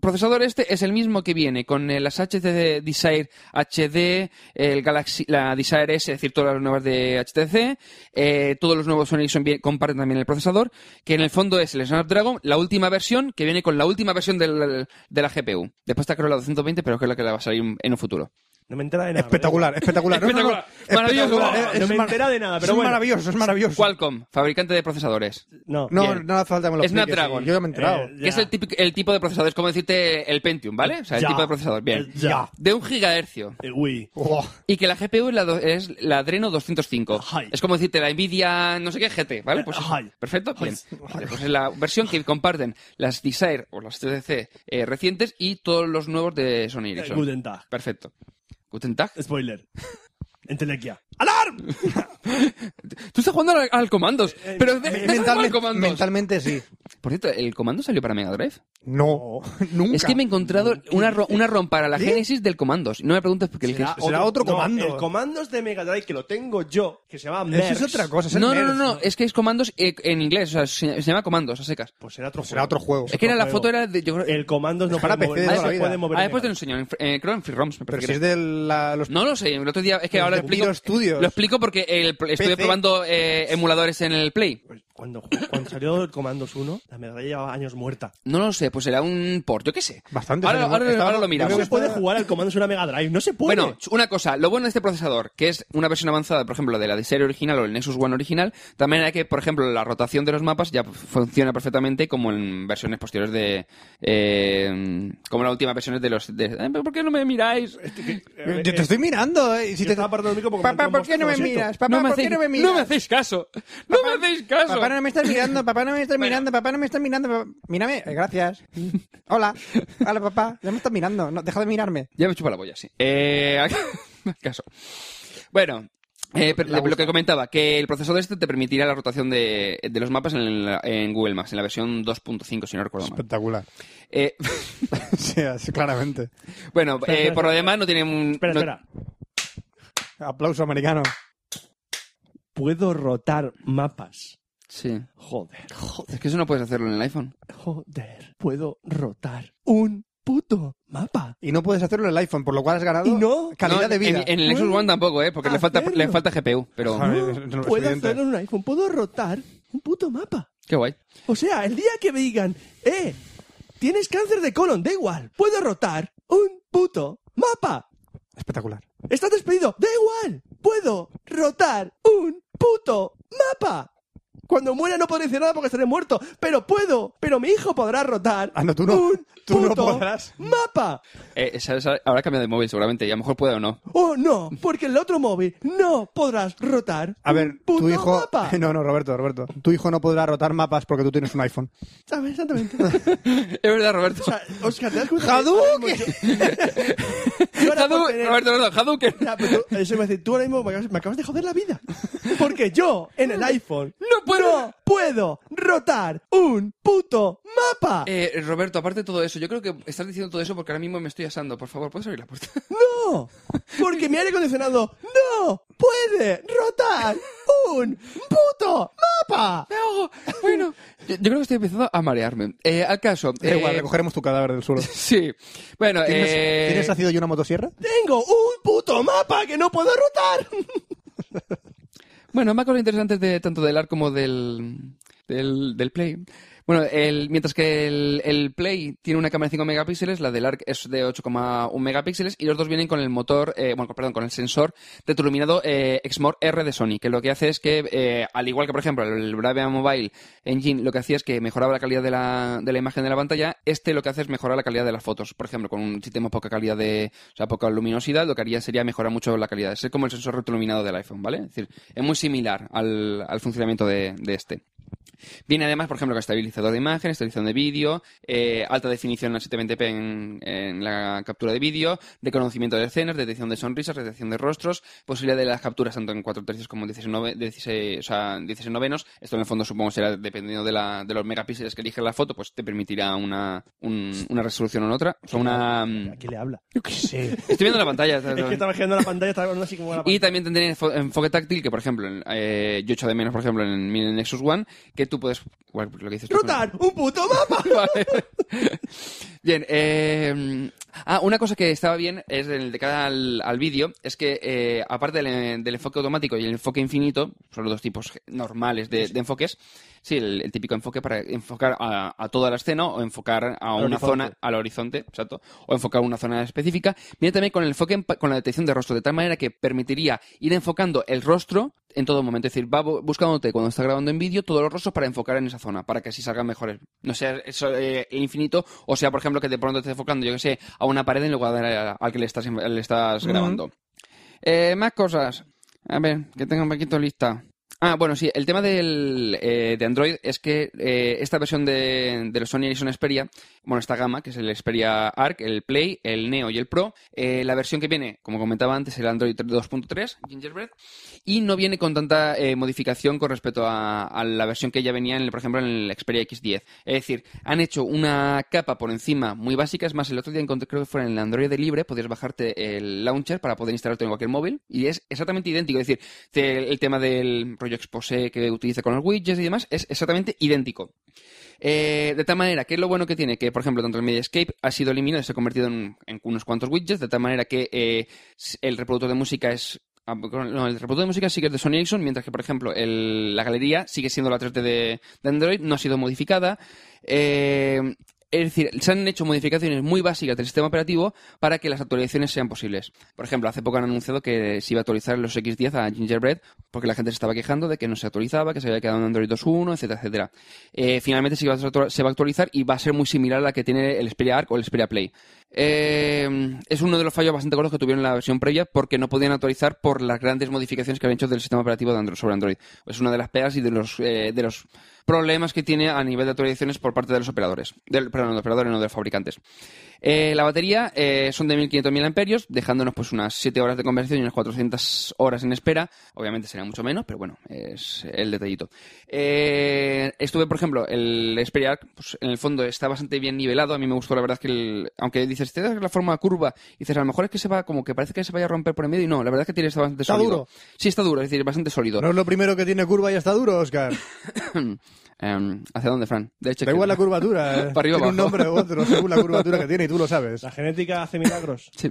procesador este es el mismo que viene con eh, las HTC Desire HD, el Galaxy, la Desire S, es decir, todas las nuevas de HTC, eh, todos los nuevos Sony son bien- comparten también el procesador, que en el fondo es el Snapdragon, la última versión, que viene con la última versión del- de la GPU. Después está creo la 220, pero creo que la va a salir en un futuro. No me entera de nada. Espectacular, espectacular. No, no, no, Espectacular. Maravilloso. espectacular. No me mar- entera de nada, pero es bueno. maravilloso, es maravilloso. Qualcomm, fabricante de procesadores. No. No, Bien. no hace falta que me lo expliques, Snapdragon. sí, Yo ya me he enterado. Eh, Que es el, típico- el tipo de procesador, es como decirte el Pentium, ¿vale? O sea, el Ya. tipo de procesador, bien. Eh, Ya. De un gigahercio. Eh, Uy. Uah. Y que la GPU es la, do- es la Adreno 205. Ajá. Es como decirte la Nvidia, no sé qué GT, ¿vale? Pues Ajá. perfecto, bien. Vale, pues es la versión que comparten las Desire o las TDC eh, recientes y todos los nuevos de Sony Eh, Ericsson. Guten Tag. Perfecto. Guten Tag. Spoiler. Entelequia. ¡Alarm! Tú estás jugando al, al comandos, pero de- deja de jugar al Mentalmente, comandos. mentalmente sí. Por cierto, ¿el comando salió para Mega Drive? No, nunca. Es que me he encontrado una, ro- una ROM para la Génesis del Comandos. No me preguntes por qué el Génesis. será otro comando. el comandos de Mega Drive que lo tengo yo, que se llama Eso Merx. es otra cosa. es el No, no, Nerf. no, no, es que es Comandos eh, en inglés, o sea, se, se llama Comandos a secas. Pues será otro Será otro juego. Es que era la foto era de yo creo- El comandos no Para puede PC de mover, no toda la se vida. puede mover. Ah, después te Mega lo enseño, en, fr- eh, creo en Free ROMs, me Pero parece si que es era. de la, los... No lo sé, el otro día es que Es ahora lo de explico. Piro Studios. Lo explico porque el, pl- estuve PC. probando eh, emuladores en el Play. Drive. pues, Cuando, ju- cuando salió el comandos 1, la Mega Drive llevaba años muerta. No lo sé, pues era un port, yo qué sé. Bastante Ahora, salió- ahora- estaba- ahora lo No miramos. se puede jugar al comandos 1 Mega Drive, no se puede. Bueno, una cosa, lo bueno de este procesador, que es una versión avanzada, por ejemplo, de la de serie original o el Nexus One original, también hay que, por ejemplo, la rotación de los mapas ya funciona perfectamente como en versiones posteriores de... eh, como las últimas versiones de los... de- "Ay, pero ¿Por qué no me miráis? Eh, Yo te estoy mirando, eh. y Si Yo te... estaba apartando el micro porque me Papá, entró ¿por un qué no me mosquito, lo miras? siento. Papá, ¿por hacéis- qué no me miras? no me hacéis caso. No me hacéis caso. Papá, no me estás mirando, papá, no me estás mirando, papá, no me estás mirando. papá. Mírame, Eh, gracias. Hola, hola, papá, ya me estás mirando, no, deja de mirarme. Ya me chupa la boya, sí. Eh, al caso. Bueno, eh, pero lo- lo que comentaba, que el procesador este te permitirá la rotación de, de los mapas en, la- en Google Maps, en la versión 2.5, si no recuerdo mal. Espectacular. Eh, Sí, así, claramente. bueno, eh, espera, por lo demás no tiene un... Espera, no- espera. Aplauso americano. Puedo rotar mapas. Sí. Joder, Es que eso no puedes hacerlo en el iPhone. joder. Puedo rotar un puto mapa. Y no puedes hacerlo en el iPhone, por lo cual has ganado Y no. calidad No, de vida. En, en el Nexus Puedo One tampoco, ¿eh? Porque le falta, hacerlo. le falta GPU, pero... Joder. No, es- es puedo evidente. hacerlo en un iPhone, puedo rotar un puto mapa. Qué guay. O sea, el día que me digan, eh, tienes cáncer de colon, da igual, puedo rotar un puto mapa. Espectacular. Estás despedido, da igual, puedo rotar un puto mapa. Cuando muera no podré decir nada porque estaré muerto, pero puedo, pero mi hijo podrá rotar Ah, no, tú no. un Tú no puto podrás. mapa. Eh, esa- esa- ahora ha cambiado de móvil seguramente, y a lo mejor puede o no. Oh, no, porque el otro móvil no podrás rotar A un ver, puto tu hijo. mapa. No, no, Roberto, Roberto. Tu hijo no podrá rotar mapas porque tú tienes un iPhone. ¿Sabes? Exactamente. Es verdad, Roberto. O sea, Oscar, ¿te das cuenta? que ¡Hadouken! ahora mismo yo- yo ahora por Hadouken, tener- Roberto, Roberto, Hadouken. Ya, pero tú- eso iba a decir, tú ahora mismo me acabas, me acabas de joder la vida. Porque yo, en el iPhone, No puedo. no puedo rotar un puto mapa. Eh, Roberto, aparte de todo eso, yo creo que estás diciendo todo eso porque ahora mismo me estoy asando. Por favor, ¿puedes abrir la puerta? ¡No! Porque mi aire acondicionado no puede rotar un puto mapa. ¿Qué hago? Bueno, yo, yo creo que estoy empezando a marearme. Eh, al caso. Da igual, eh, recogeremos tu cadáver del suelo. Sí. Bueno, ¿Tienes, eh, ¿Tienes ácido y una motosierra? Tengo un puto mapa que no puedo rotar. bueno, más cosas interesantes de, tanto del AR como del, del, del Play. Bueno, el, mientras que el, el Play tiene una cámara de 5 megapíxeles, la del ARC es de 8,1 megapíxeles y los dos vienen con el motor, eh, bueno, perdón, con el sensor retroiluminado eh, Exmor R de Sony, que lo que hace es que, eh, al igual que por ejemplo el Bravia Mobile Engine, lo que hacía es que mejoraba la calidad de la, de la imagen de la pantalla, este lo que hace es mejorar la calidad de las fotos. Por ejemplo, con un sistema poca calidad de, o sea, poca luminosidad, lo que haría sería mejorar mucho la calidad. Es como el sensor retroiluminado del iPhone, ¿vale? Es decir, es muy similar al, al funcionamiento de- de este. Viene además, por ejemplo, con estabilizador de imagen, estabilización de vídeo, eh, alta definición a 720p en, en la captura de vídeo, reconocimiento de escenas, detección de sonrisas, detección de rostros, posibilidad de las capturas tanto en 4 tercios como en 16, nove- 16, o sea, 16 novenos. Esto en el fondo supongo será dependiendo de, la- de los megapíxeles que elija la foto, pues te permitirá una, un- una resolución o no otra. O sea, una... mm, ¿A quién le habla? Estoy viendo la pantalla. Es que estaba girando la pantalla, estaba hablando así como la Y también tendría enfo- enfoque táctil, que por ejemplo, en- eh, yo echo de menos, por ejemplo, en mi Nexus One, que tú puedes. Bueno, lo que dices tú, ¡Rotar un puto mapa! Vale. Bien, eh, ah, una cosa que estaba bien es el de cara al, al vídeo, es que eh, aparte del, del enfoque automático y el enfoque infinito, son los dos tipos normales de, de enfoques, sí, el, el típico enfoque para enfocar a, a toda la escena o enfocar a una zona, al horizonte, exacto, o enfocar a una zona específica, viene también con el enfoque en pa- con la detección de rostro, de tal manera que permitiría ir enfocando el rostro en todo momento, es decir, va bu- buscándote cuando está grabando en vídeo todos los rostros para enfocar en esa zona, para que así salgan mejores. No sea eso eh, infinito, o sea, por ejemplo, que de pronto te esté enfocando, yo que sé, a una pared en lugar de a- al que le estás, le estás grabando. Eh, más cosas. A ver, que tengo un poquito lista. Ah, bueno, sí, el tema del, eh, de Android es que eh, esta versión de, de los Sony Ericsson Xperia, bueno, esta gama, que es el Xperia Arc, el Play, el Neo y el Pro, eh, la versión que viene, como comentaba antes, el Android 2.3, Gingerbread, y no viene con tanta eh, modificación con respecto a, a la versión que ya venía, en el- por ejemplo, en el Xperia X10. Es decir, han hecho una capa por encima muy básica. Es más, el otro día encontré, creo que fue en el Android de Libre, podías bajarte el launcher para poder instalarte en cualquier móvil. Y es exactamente idéntico. Es decir, te- el tema del rollo exposé que utiliza con los widgets y demás es exactamente idéntico. Eh, de tal manera, que es lo bueno que tiene? Que, por ejemplo, tanto el Mediascape ha sido eliminado, se ha convertido en, en unos cuantos widgets, de tal manera que eh, s- el reproductor de música es... ah, No, el reproductor de música sigue de Sony Ericsson, mientras que, por ejemplo, el- la galería sigue siendo la 3D de, de Android, no ha sido modificada. Eh, es decir, se han hecho modificaciones muy básicas del sistema operativo para que las actualizaciones sean posibles. Por ejemplo, hace poco han anunciado que se iba a actualizar los X10 a Gingerbread porque la gente se estaba quejando de que no se actualizaba, que se había quedado en Android 2.1, etcétera, etcétera. Eh, finalmente se, iba a actua- se va a actualizar y va a ser muy similar a la que tiene el Xperia Arc o el Xperia Play. Eh, es uno de los fallos bastante gordos que tuvieron en la versión previa porque no podían actualizar por las grandes modificaciones que habían hecho del sistema operativo de Android, sobre Android. Es una de las pegas y de los, eh, de los problemas que tiene a nivel de actualizaciones por parte de los operadores. Del, perdón, de los operadores, no de los fabricantes. Eh, la batería eh, son de 1500 amperios, dejándonos pues unas 7 horas de conversión y unas 400 horas en espera. Obviamente será mucho menos, pero bueno, es el detallito. Eh, estuve, por ejemplo, el Xperia Arc, pues, en el fondo está bastante bien nivelado. A mí me gustó, la verdad, es que el- aunque dices, te das la forma curva, dices, a lo mejor es que se va, como que parece que se vaya a romper por el medio, y no, la verdad es que tiene está bastante Está sólido. duro. Sí, está duro, es decir, bastante sólido. No es lo primero que tiene curva y está duro, Oscar. Em, ¿Hacia dónde, Fran? Derecha, Da igual la izquierda. curvatura. eh. Para arriba, tiene un abajo. nombre u otro según la curvatura que tiene y tú lo sabes. La genética hace milagros. Sí.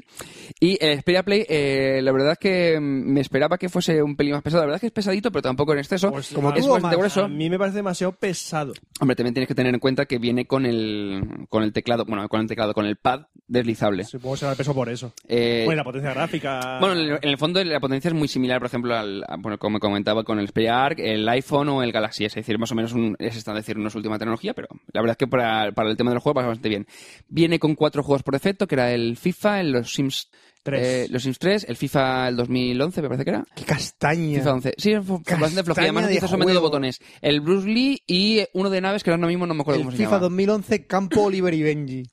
Y el Xperia Play, eh, la verdad es que mm, me esperaba que fuese un pelín más pesado. La verdad es que es pesadito, pero tampoco en exceso. Pues como es tú o bastante más. grueso. A mí me parece demasiado pesado. Hombre, también tienes que tener en cuenta que viene con el, con el teclado, bueno, con el teclado, con el pad deslizable. Supongo que será el peso por eso. Eh, Bueno, y la potencia gráfica. bueno, en el- en el fondo la potencia es muy similar, por ejemplo, al, a- bueno, como comentaba con el Xperia Arc, el iPhone o el Galaxy. Es decir, más o menos un, es esta- decir, no es última tecnología, pero la verdad es que para, para el tema del juego va bastante bien. Viene con cuatro juegos por defecto, que era el FIFA, el- los Sims Tres. eh, los Sims 3, el FIFA el 2011, me parece que era. ¡Qué castaña! FIFA 11. Sí, fue bastante flojilla. Además, de utiliza solamente dos juego. botones. El Bruce Lee y uno de naves que ahora mismo no me acuerdo El cómo se FIFA llama. 2011 Campo Oliver y Benji.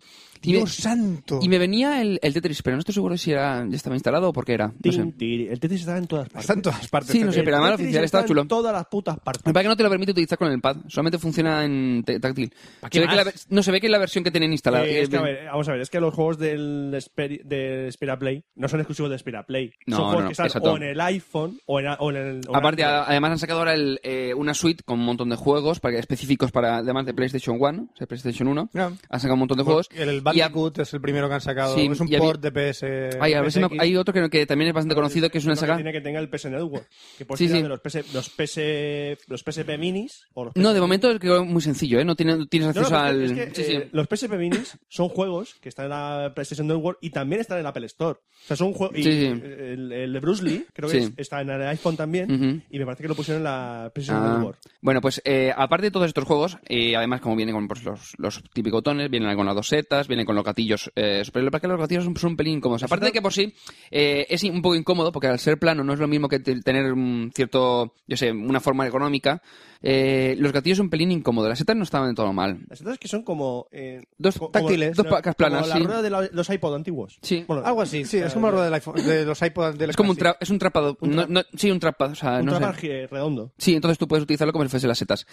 Y me- Dios santo. Y me venía el, el Tetris, pero no estoy seguro si era, ya estaba instalado o por qué era. No sé. Tin, tiri. El Tetris está en todas partes. Está en todas partes. eh. Sí, no sé, El pero además el Tetris oficial está estaba chulo. En todas las putas partes. Me parece que no te lo permite utilizar con el pad, solamente funciona en te- táctil. qué Se ve que más? la ver- no se ve que es la versión que tienen instalada. Eh, Eh, es que, a ver, vamos a ver, es que los juegos del Xperia, del Xperia Play no son exclusivos de Xperia Play. No, son juegos no, que están exacto. o en el iPhone o en, a- o en el. o en Aparte, Android. a- además han sacado ahora el, eh, una suite con un montón de juegos para, específicos para, además de PlayStation 1, o sea, PlayStation 1. Ah. Han sacado un montón de juegos. El, el Y a- Bandicoot es el primero que han sacado. Sí, es un y había- port de PS. Ay, a ver si me- PSX. hay otro que, que también es bastante conocido, que es una Uno saga... tiene que tenga el PS Network. Que puede Sí, ser sí. de los, PS, los, PS, los PSP Minis. O los No, PSP de momento es que es muy sencillo, ¿eh? No tiene- no tienes No, no, acceso pero al... es que, sí, sí. eh, Los PSP Minis son juegos que están en la PlayStation Network y también están en la Apple Store. O sea, son juegos. y Sí, sí. El, el de Bruce Lee, creo que Sí. es- está en el iPhone también. Ujú. Y me parece que lo pusieron en la PlayStation Ah. Network. Bueno, pues eh, aparte de todos estos juegos, eh, además como vienen con pues, los, los tipicotones, vienen con las dosetas, vienen con los gatillos. Eh, pero lo que pasa es que los gatillos son, son un pelín incómodos. Aparte de que por sí eh, es un poco incómodo, porque al ser plano no es lo mismo que te- tener un cierto, yo sé, una forma ergonómica. Eh, los gatillos son un pelín incómodos. Las setas no estaban del todo mal. Las otras que son como. eh, Dos co- como- táctiles, dos como pacas planas, la sí. rueda de la- los iPod antiguos. Sí. Algo así, eh, sí. Es como la rueda del iPhone- de los iPods. Eh, del Ah, Es como un, Xperia. tra- es un trapado. no- no- sí, un trapado. O sea, Un no sé. trabajo eh, redondo. Sí, entonces tú puedes utilizarlo como si fuese las setas.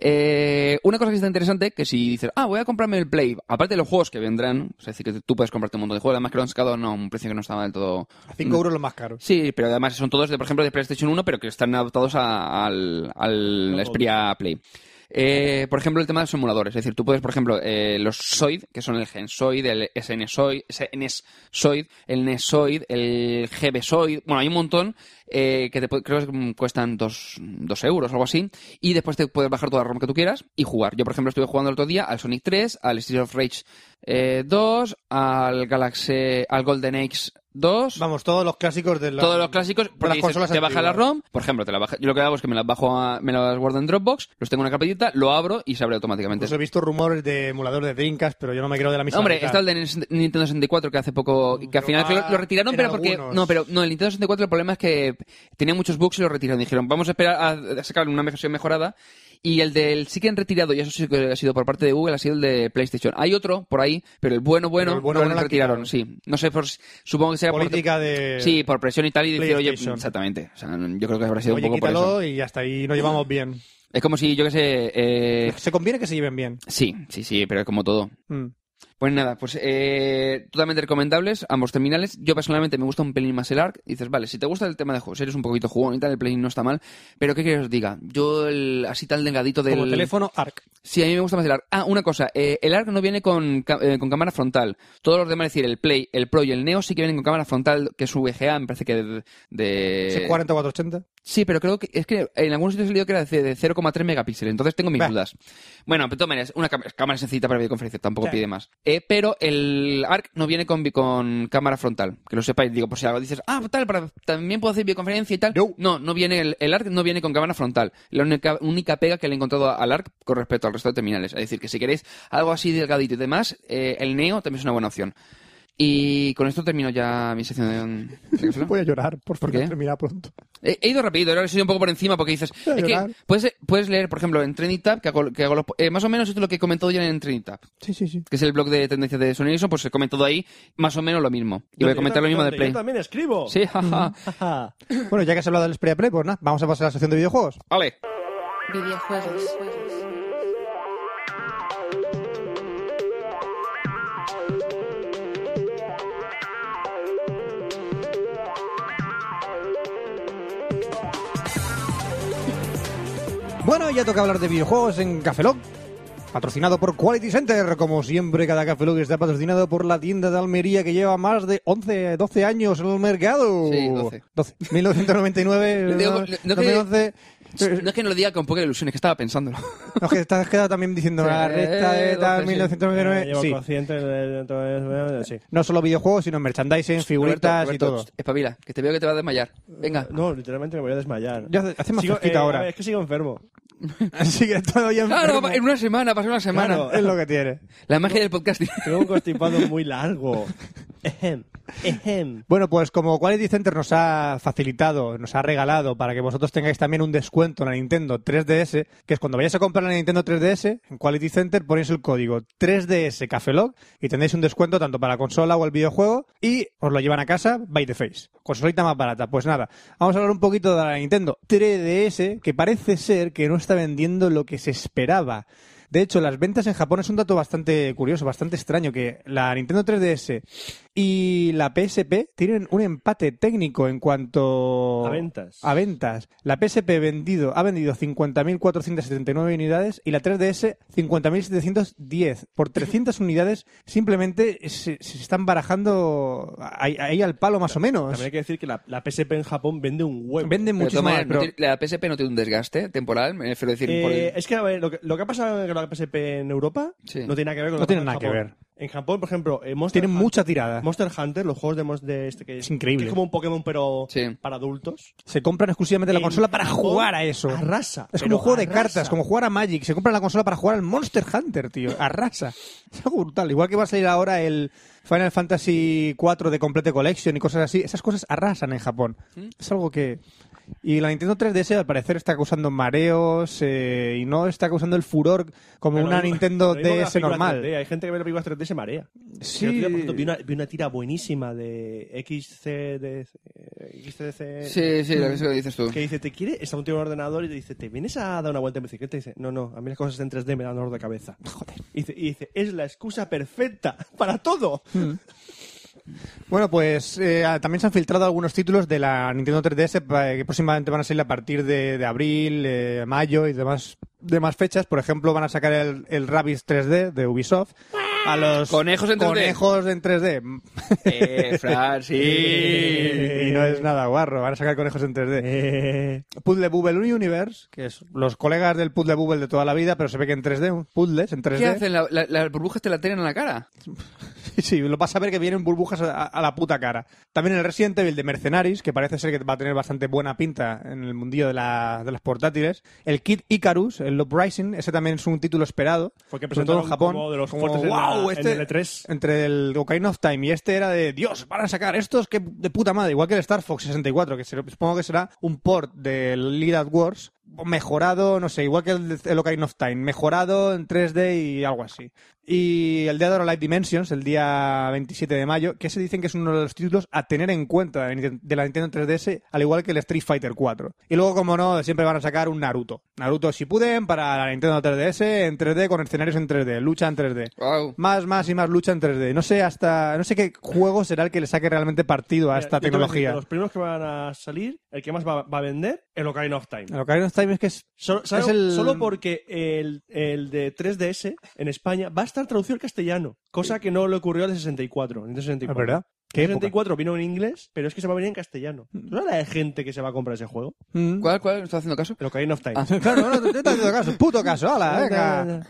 Eh, una cosa que está interesante, que si dices, ah, voy a comprarme el Play, aparte de los juegos que vendrán, es decir, que tú puedes comprarte un montón de juegos, además que lo han sacado no, a un precio que no estaba del todo... A 5 euros lo más caro. Sí, pero además son todos, de, por ejemplo, de PlayStation 1, pero que están adaptados a- al, al Xperia Play. Eh, por ejemplo, el tema de los emuladores. Es decir, tú puedes, por ejemplo, eh, los SOID, que son el GenSoid, el SNSoid, SNSoid, el NESoid, el GBSoid. Bueno, hay un montón eh, que te, pu- creo que mm, cuestan 2 dos euros o algo así. Y después te puedes bajar toda la ROM que tú quieras y jugar. Yo, por ejemplo, estuve jugando el otro día al Sonic 3, al Streets of Rage eh, 2, al Galaxy, al Golden Age 2 Vamos, todos los clásicos de la... todos los clásicos porque las dices, consolas te baja la antiguas. ROM por ejemplo te la baja, yo lo que hago es que me las bajo a- me las guardo en Dropbox los tengo en una carpetita lo abro y se abre automáticamente Incluso he visto rumores de emulador de Dreamcast, pero yo no me creo de Pues la misa. Hombre, local. está el de Nin- Nintendo 64 que hace poco. que al pero final va lo, lo retiraron, en pero porque. algunos. No, pero no, el Nintendo 64 el problema es que tenía muchos bugs y lo retiraron. Dijeron, vamos a esperar a, a sacar una versión mejorada. Y el del sí que han retirado, y eso sí que ha sido por parte de Google, ha sido el de PlayStation. Hay otro por ahí, pero el bueno, bueno, Pero el bueno, no bueno lo lo han retiraron, sí. No sé, por, supongo que será por- Política de... Sí, por presión y tal, y decir, oye, Eh, PlayStation. exactamente. O sea, yo creo que habrá sido Oye, un poco por eso. quítalo y hasta ahí nos llevamos bien. Es como si, yo qué sé, eh, Se conviene que se lleven bien. sí, sí, sí, pero es como todo. Mm. Pues nada, pues eh, totalmente recomendables ambos terminales. Yo personalmente me gusta un pelín más el ARC. Dices, vale, si te gusta el tema de juegos, eres un poquito jugón y tal, el pelín no está mal. Pero ¿qué quieres que os diga? Yo el, así tal delgadito del... Como teléfono ARC. Sí, a mí me gusta más el ARC. Ah, una cosa, eh, el ARC no viene con, ca- eh, con cámara frontal. Todos los demás, es decir, el Play, el Pro y el Neo sí que vienen con cámara frontal, que es VGA, me parece que de... de- ¿Es 40 480? Sí, pero creo que es que en algunos sitios he leído que era de de 0,3 megapíxeles, entonces tengo mis Bah. dudas. Bueno, pero de todas maneras, una cámara, cámara sencillita para videoconferencia, tampoco pide más. Eh, pero el ARC no viene con, vi- con cámara frontal, que lo sepáis. Digo, por si algo dices, ah, tal, para, también puedo hacer videoconferencia y tal. No. no, viene el, el ARC no viene con cámara frontal. La única, única pega que le he encontrado al ARC con respecto al resto de terminales. Es decir, que si queréis algo así delgadito y demás, eh, el Neo también es una buena opción. Y con esto termino ya mi sección de... a llorar, por ¿Por qué? termina pronto. He, he ido rápido, ahora he sido un poco por encima porque dices. Voy a es que llorar. puedes, puedes leer, por ejemplo, en Trending Tab, que hago, que hago los po- eh, más o menos esto es lo que he comentado yo en Trending Tab, Sí, sí, sí. que es el blog de tendencias de Sony Ericsson, pues he comentado ahí más o menos lo mismo. Y voy a Donde comentar yo lo tam- mismo de donde Play. Yo también escribo. Sí, jaja. Ajá. Bueno, ya que has hablado del spray a play, pues nada, vamos a pasar a la sección de videojuegos. Vale. Videojuegos. Bueno, ya toca hablar de videojuegos en Cafelog. Patrocinado por Quality Center, como siempre, cada Cafelog está patrocinado por la tienda de Almería que lleva más de 11, 12 años en el mercado. Sí, 12. 12. 1999, Le digo- le- no que- 2011. eh. No es que no lo diga con poca ilusión, es que estaba pensándolo. No, que te has quedado también diciendo Sí, la recta de tal, sí. Eh, 1999. llevo Sí. consciente de- de todo eso, eh, sí. No solo videojuegos, sino merchandising, Roberto, figuritas Roberto, y todo. Eh, tss, Espabila, que te veo que te vas a desmayar. Venga. No, literalmente me voy a desmayar. Ya hace- hace más Sigo- fresquita eh, ahora. a ver, Es que sigo enfermo. Así que todavía Claro, enfermo. Ah, en una semana, pasó una semana. Claro. es lo que tiene. La magia del podcasting. Tengo un constipado muy largo. Ejem, ejem. Bueno, pues como Quality Center nos ha facilitado, nos ha regalado para que vosotros tengáis también un descuento en la Nintendo 3DS, que es cuando vayáis a comprar la Nintendo 3DS, en Quality Center ponéis el código 3DS Cafelog y tendréis un descuento tanto para la consola o el videojuego y os lo llevan a casa by the face. Consolita más barata. Pues nada, vamos a hablar un poquito de la Nintendo 3DS, que parece ser que no está vendiendo lo que se esperaba. De hecho, las ventas en Japón es un dato bastante curioso, bastante extraño, que la Nintendo 3DS y la PSP tienen un empate técnico en cuanto A ventas. a ventas. La PSP vendido, ha vendido 50.479 unidades y la 3DS 50.710. Por 300 unidades simplemente se, se están barajando ahí, ahí al palo más o menos. También hay que decir que la, la PSP en Japón vende un huevo. Venden Pero de todas muchísimo más, maneras, no pero tiene- la PSP no tiene un desgaste temporal, me refiero a decir. por Eh, el- es que, a ver, lo que, lo que ha pasado con la PSP en Europa Sí. no tiene nada que ver con No lo tiene que pasa en nada que Japón. En Japón, por ejemplo, eh, Monster tienen Hunter- mucha tirada. Monster Hunter, los juegos de, mos- de este que Es increíble. que es como un Pokémon pero Sí. para adultos. Se compran exclusivamente la En consola para Japón, jugar a eso. arrasa, Es como pero un juego de arrasa. cartas, como jugar a Magic. Se compra la consola para jugar al Monster Hunter, tío. Arrasa. Es algo brutal. Igual que va a salir ahora el Final Fantasy IV de Complete Collection y cosas así. Esas cosas arrasan en Japón. ¿Mm? Es algo que... Y la Nintendo 3DS al parecer está causando mareos eh, y no está causando el furor como Pero una lo mismo- Nintendo lo mismo que las DS películas normal. 3D. Hay gente que ve las películas 3D y se marea. Sí. El otro día, por cierto, vi, una, vi una tira buenísima de XCD, eh, XCDC. Sí, sí, lo que- eso que dices tú. Que dice, te quiere, está un tío en el ordenador y te dice, ¿te vienes a dar una vuelta en bicicleta? Y dice, no, no, a mí las cosas en 3D me dan dolor de cabeza. Joder. Y dice, y dice, es la excusa perfecta para todo. Mm. Bueno, pues eh, ah, también se han filtrado algunos títulos de la Nintendo 3DS pa- que próximamente van a salir a partir de, de abril, eh, mayo y demás de más fechas. Por ejemplo, van a sacar el, el Rabbids 3D de Ubisoft. A los Conejos en 3D. conejos en 3D. Eh, Fran, sí. Y no es nada guarro, van a sacar conejos en Eh. 3D. Puzzle Bubble Universe, que es los colegas del Puzzle Bubble de toda la vida, pero se ve que en 3D, puzzles en 3D. ¿Qué hacen? ¿La- la- ¿Las burbujas te la tiran en la cara? Sí, lo vas a ver que vienen burbujas a, a la puta cara. También el Resident Evil de Mercenaries, que parece ser que va a tener bastante buena pinta en el mundillo de, la- de las portátiles. El Kid Icarus, el Love Rising, ese también es un título esperado. Fue que sobre todo en presentaron Japón. como de los Como, fuertes en la- "Guau, en este- el E3". Entre el Ocarina of Time y este era de Dios, van a sacar estos que de puta madre. Igual que el Star Fox 64, que se- supongo que será un port del Lead at Wars mejorado, no sé, igual que el, el Ocarina of Time, mejorado en 3D y algo así. Y el Dead or Alive Dimensions, el día 27 de mayo, que se dicen que es uno de los títulos a tener en cuenta de Nite- de la Nintendo 3DS, al igual que el Street Fighter 4. Y luego, como no, siempre van a sacar un Naruto. Naruto si puden para la Nintendo 3DS en 3D con escenarios en 3D, lucha en 3D. Wow. Más, más y más lucha en 3D. No sé hasta no sé qué juego será el que le saque realmente partido a Mira, esta yo te voy a decir que tecnología. Los primeros que van a salir, el que más va, va a vender, el Ocarina of Time. El Ocarina of Time es que es Solo, es solo- el- solo porque el, el de 3DS en España va a estar traducido al castellano, cosa que no le ocurrió al de 64. Nintendo 64. Es verdad. ¿Qué El época? 64 vino en inglés, pero es que se va a venir en castellano. ¿No la de gente que se va a comprar ese juego? Mm. ¿Cuál, cuál? ¿No estás haciendo caso? El Ocarina of Time. Ah. Claro, no, no, te estoy haciendo caso. Puto caso, ala, venga.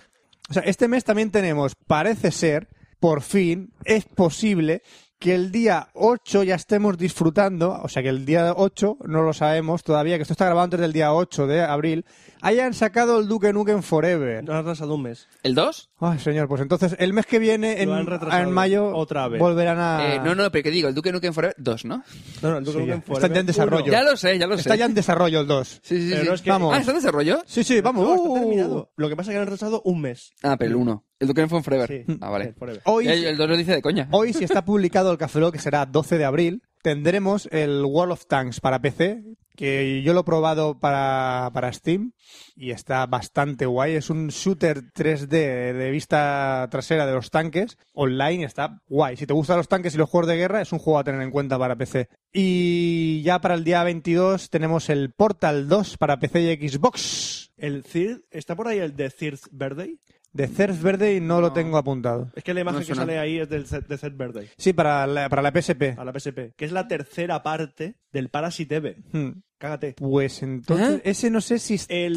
O sea, este mes también tenemos, parece ser, por fin, es posible que el día 8 ya estemos disfrutando, o sea, que el día 8, no lo sabemos todavía, que esto está grabado antes del día 8 de abril, hayan sacado el Duke Nukem Forever. Nos han retrasado un mes. ¿El 2? Ay, señor, pues entonces el mes que viene, en, Lo han retrasado en mayo, otra vez. volverán a... Eh, no, no, pero ¿qué digo? El Duque Nukem Forever 2, ¿no? No, no, el Duke Sí, ya. Nukem Forever Está ya en desarrollo. uno. Ya lo sé, ya lo sé. Está ya en desarrollo el 2. Sí, sí, Pero sí. no es que- Vamos. Ah, ¿está en desarrollo? Sí, sí, vamos. No, uh, está terminado. Lo que pasa es que lo han retrasado un mes. Ah, pero el 1. El Duque Nukem Forever. Sí. Ah, vale. El Forever. Hoy, Oh, El, el 2 lo dice de coña. Hoy, si está publicado el Café Lock, que será 12 de abril, tendremos el World of Tanks para PC, que yo lo he probado para, para Steam y está bastante guay. Es un shooter 3D de vista trasera de los tanques online y está guay. Si te gustan los tanques y los juegos de guerra, es un juego a tener en cuenta para PC. Y ya para el día 22 tenemos el Portal 2 para PC y Xbox. El Third, ¿Está por ahí el de Third Verde? De Cerf Verde y no, lo tengo apuntado. Es que la imagen No que suena. sale ahí es del Cer- de Third Verde, Sí, para la, para la PSP. a la PSP, que es la tercera parte del Parasite Eve. Hmm. Cágate. Pues entonces, ¿Eh? ese no sé si está El-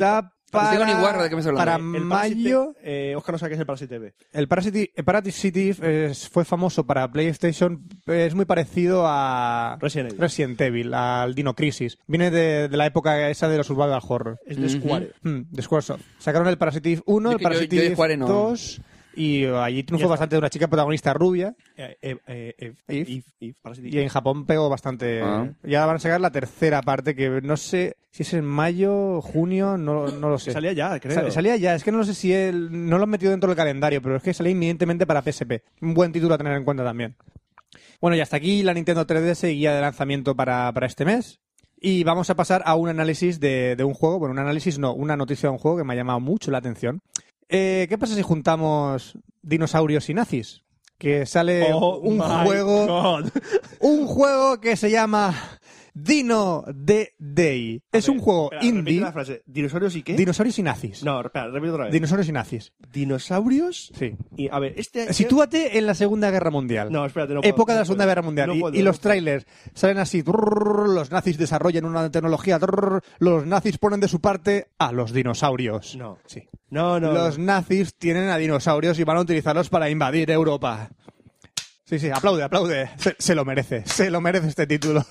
No para, tengo ni guarda de qué me estás para hablando. El Parasite- mayo. eh, Oscar no sabe qué es el Parasite Eve. El Parasite, el Parasite Eve es- fue famoso para PlayStation. Es muy parecido a Resident Evil. Evil, al Dino Crisis. Viene de, de la época esa de los survival horror. Es de Ujú. Square. Hmm, de Squaresoft. Sacaron el Parasite Eve Yo 1, el que yo- yo de Parasite Eve Square no. 2. Y allí triunfó está. bastante una chica protagonista rubia. Eh, eh, eh, eh, If. if, if, Parasite Y Eve. en Japón pegó bastante. Ah. Ya van a sacar la tercera parte, que no sé si es en mayo, junio, no, no lo sé. Salía ya, creo. Sa- Salía ya, es que no lo sé si él, no lo han metido dentro del calendario, pero es que salía inmediatamente para PSP. Un buen título a tener en cuenta también. Bueno, y hasta aquí la Nintendo 3DS y guía de lanzamiento para, para este mes. Y vamos a pasar a un análisis de, de un juego, bueno, un análisis no, una noticia de un juego que me ha llamado mucho la atención. Eh, ¿Qué pasa si juntamos dinosaurios y nazis? Que sale Oh un my juego God. un juego que se llama Dino The Day. Es un juego Espera, repite indie, la frase. ¿Dinosaurios y qué? dinosaurios y nazis. no, espera, repito otra vez. Dinosaurios y nazis. ¿Dinosaurios? Sí. Y, a ver, este... Sitúate en la Segunda Guerra Mundial. No, espérate, no puedo, Época de no la Segunda puedo. Guerra Mundial. No y, puedo, y no los puedo. trailers salen así. trrrr, los nazis desarrollan una tecnología. trrrr, los nazis ponen de su parte a los dinosaurios. No. Sí. No, no. Los nazis tienen a dinosaurios y van a utilizarlos para invadir Europa. Sí, sí, aplaude, aplaude. Se, se lo merece, se lo merece este título.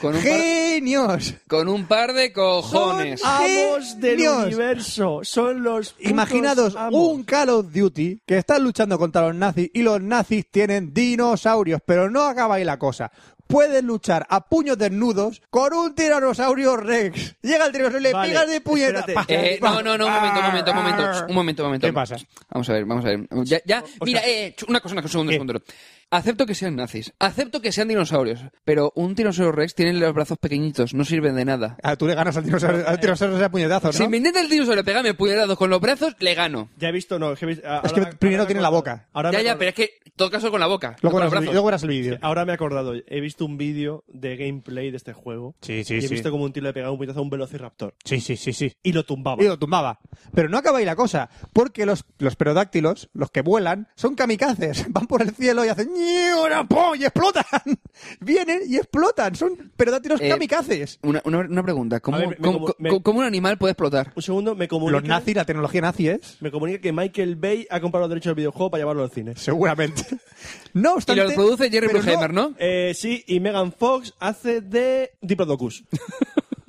Con un, par, ¡Genios! con un par de cojones. Son- ¡Amos del Dios. universo! Son los putos Imaginados amos. un Call of Duty que está luchando contra los nazis y los nazis tienen dinosaurios, pero no acaba ahí la cosa. Pueden luchar a puños desnudos con un tiranosaurio Rex. Llega el tiranosaurio y le Vale, pegas de puñeta. espérate. Pa, Eh, pa. no, no, no, un momento, un momento, un momento. Un momento, un momento. ¿Qué pasa? Vamos a ver, vamos a ver. Ya, ya. Ah. o Mira, sea- eh, ch- una cosa, una cosa, un segundo, un segundo. Acepto que sean nazis, acepto que sean dinosaurios, pero un tiranosaurio rex tiene los brazos pequeñitos, no sirven de nada. Ah, tú le ganas al dinosaurio, Eh. al dinosaurio ese puñetazo, ¿no? Si me intenta el dinosaurio pegarme puñetazos con los brazos, le gano. Ya he visto, no. Es que, he visto- ah, Es ahora que me- primero ahora me tiene la acuerdo. boca. Ahora Ya, me ya, acuerdo. pero es que en todo caso con la boca, Luego, no con los verás el, vi- brazos. luego verás el vídeo. Ahora me he acordado, he visto un vídeo de gameplay de este juego. Sí, sí, y he sí. visto como un tío le pegaba un puñetazo a un velociraptor. Sí, sí, sí, sí. Y lo tumbaba. Y lo tumbaba. Pero no acaba ahí la cosa, porque los, los pterodáctilos, los que vuelan, son kamikazes. Van por el cielo y hacen ñiu, ra, po, y explotan. Vienen y explotan. Son pterodáctilos Eh, kamikazes. Una, una- una pregunta, ¿cómo, A ver, me- cómo- me- cómo- cómo un animal puede explotar? Un segundo, me comunica, Los nazis, la tecnología nazi es. me comunica que Michael Bay ha comprado los derechos del videojuego para llevarlo al cine. Seguramente. No Y obstante. lo produce Jerry pero Bruckheimer, ¿no? Eh, sí, y Megan Fox hace de Diplodocus.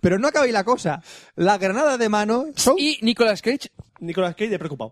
Pero no acaba ahí la cosa. La granada de mano son Y Nicolas Cage, Nicolas Cage de preocupado.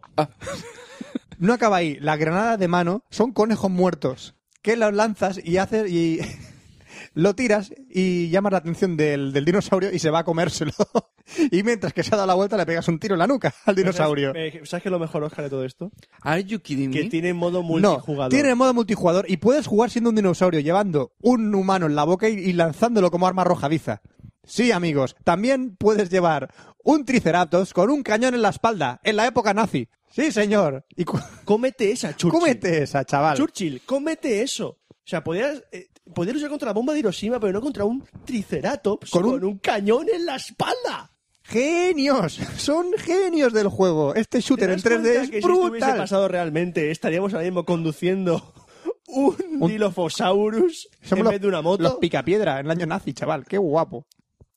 No acaba ahí. Las granadas de mano son conejos muertos que los lanzas y haces y lo tiras y llamas la atención del, del dinosaurio y se va a comérselo. y mientras que se ha dado la vuelta le pegas un tiro en la nuca al dinosaurio. ¿Mm? ¿Sabes, eh, ¿sabes qué es lo mejor, Oscar, de todo esto? ¿are you kidding Que me? tiene modo No, multijugador. tiene modo multijugador y puedes jugar siendo un dinosaurio, llevando un humano en la boca y, y lanzándolo como arma arrojadiza. Sí, amigos, también puedes llevar un triceratops con un cañón en la espalda, en la época nazi. Sí, señor. Y cu- Cómete esa, Churchill. cómete esa, chaval. Churchill, cómete eso. O sea, podías, eh, podías luchar contra la bomba de Hiroshima, pero no contra un triceratops Con con un- un, cañón en la espalda. genios, son genios del juego. Este ¿Te shooter en das cuenta 3D que es si esto hubiese brutal. pasado realmente, estaríamos ahora mismo conduciendo un, Dilophosaurus Somos en los- vez de una moto? Los picapiedra en el año nazi, chaval, qué guapo.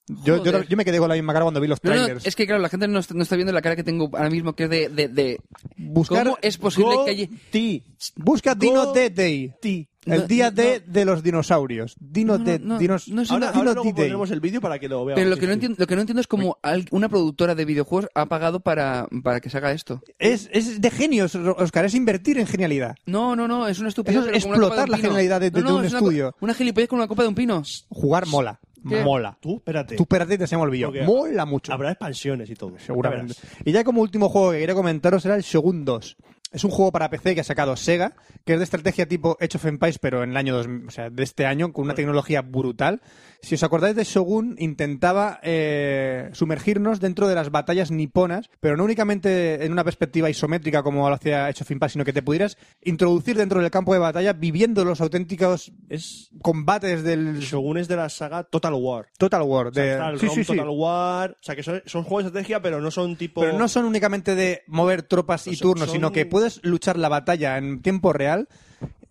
Yo, yo, Joder. yo me quedé con la misma cara cuando vi los No, no, trailers. es que claro, la gente no está, no está viendo la cara que tengo ahora mismo, que es de... de, de- Buscar- ¿Cómo es posible que haya... Ti, Busca Dino Go- Dead Day. ti. El No, día no, D de los dinosaurios. Dino No, Dead, no, dinos- no, sí, Ahora, Dino- ahora Dino luego D-Day. pondremos el vídeo para que lo veamos. Pero lo que, Sí, no sí. entiendo, lo que no entiendo es cómo al- una productora de videojuegos ha pagado para, para que se haga esto. Es, es de genios, Oscar, es invertir en genialidad. No, no, no, es una estupidez. Eso es pero como una copa de explotar un la pino. genialidad de- de- No, de no, un es una estudio. co- Una, gilipollez con una copa de un pino. Jugar mola. ¿Qué? Mola. Tú, espérate. Tú espérate y te hacemos el vídeo. Porque Mola mucho. Habrá expansiones y todo. seguramente. Ya verás. Y ya como último juego que quería comentaros era el Shogun 2. Es un juego para PC que ha sacado Sega, que es de estrategia tipo Age of Empires, pero en el año 2000, o sea, de este año, con una tecnología brutal. Si os acordáis de Shogun, intentaba eh, sumergirnos dentro de las batallas niponas, pero no únicamente en una perspectiva isométrica como lo hacía Age of Empires, sino que te pudieras introducir dentro del campo de batalla viviendo los auténticos Es, combates del según es de la saga Total War. Total War. O sea, de- está el Eh, Sí, ROM sí, sí. Total War. O sea, que son, son juegos de estrategia, pero no son tipo. Pero no son únicamente de mover tropas y son- turnos, son- sino que puedes luchar la batalla en tiempo real,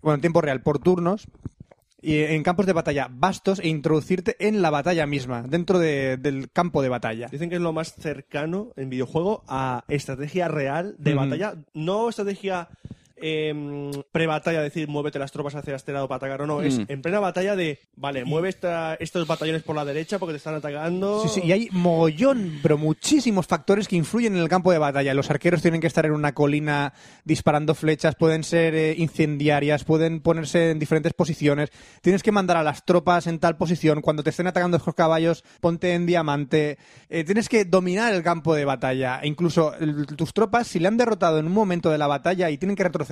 bueno, en tiempo real, por turnos, y en campos de batalla vastos e introducirte en la batalla misma, dentro de- del campo de batalla. Dicen que es lo más cercano en videojuego a estrategia real de Mm. batalla. No estrategia em, pre-batalla, decir, muévete las tropas hacia este lado para atacar o no. Es en plena batalla de, vale, mueve esta- estos batallones por la derecha porque te están atacando. Sí, sí, y hay mogollón, pero muchísimos factores que influyen en el campo de batalla. Los arqueros tienen que estar en una colina disparando flechas, pueden ser eh, incendiarias, pueden ponerse en diferentes posiciones. Tienes que mandar a las tropas en tal posición. Cuando te estén atacando esos caballos, ponte en diamante. Eh, tienes que dominar el campo de batalla. E incluso el- tus tropas, si le han derrotado en un momento de la batalla y tienen que retroceder,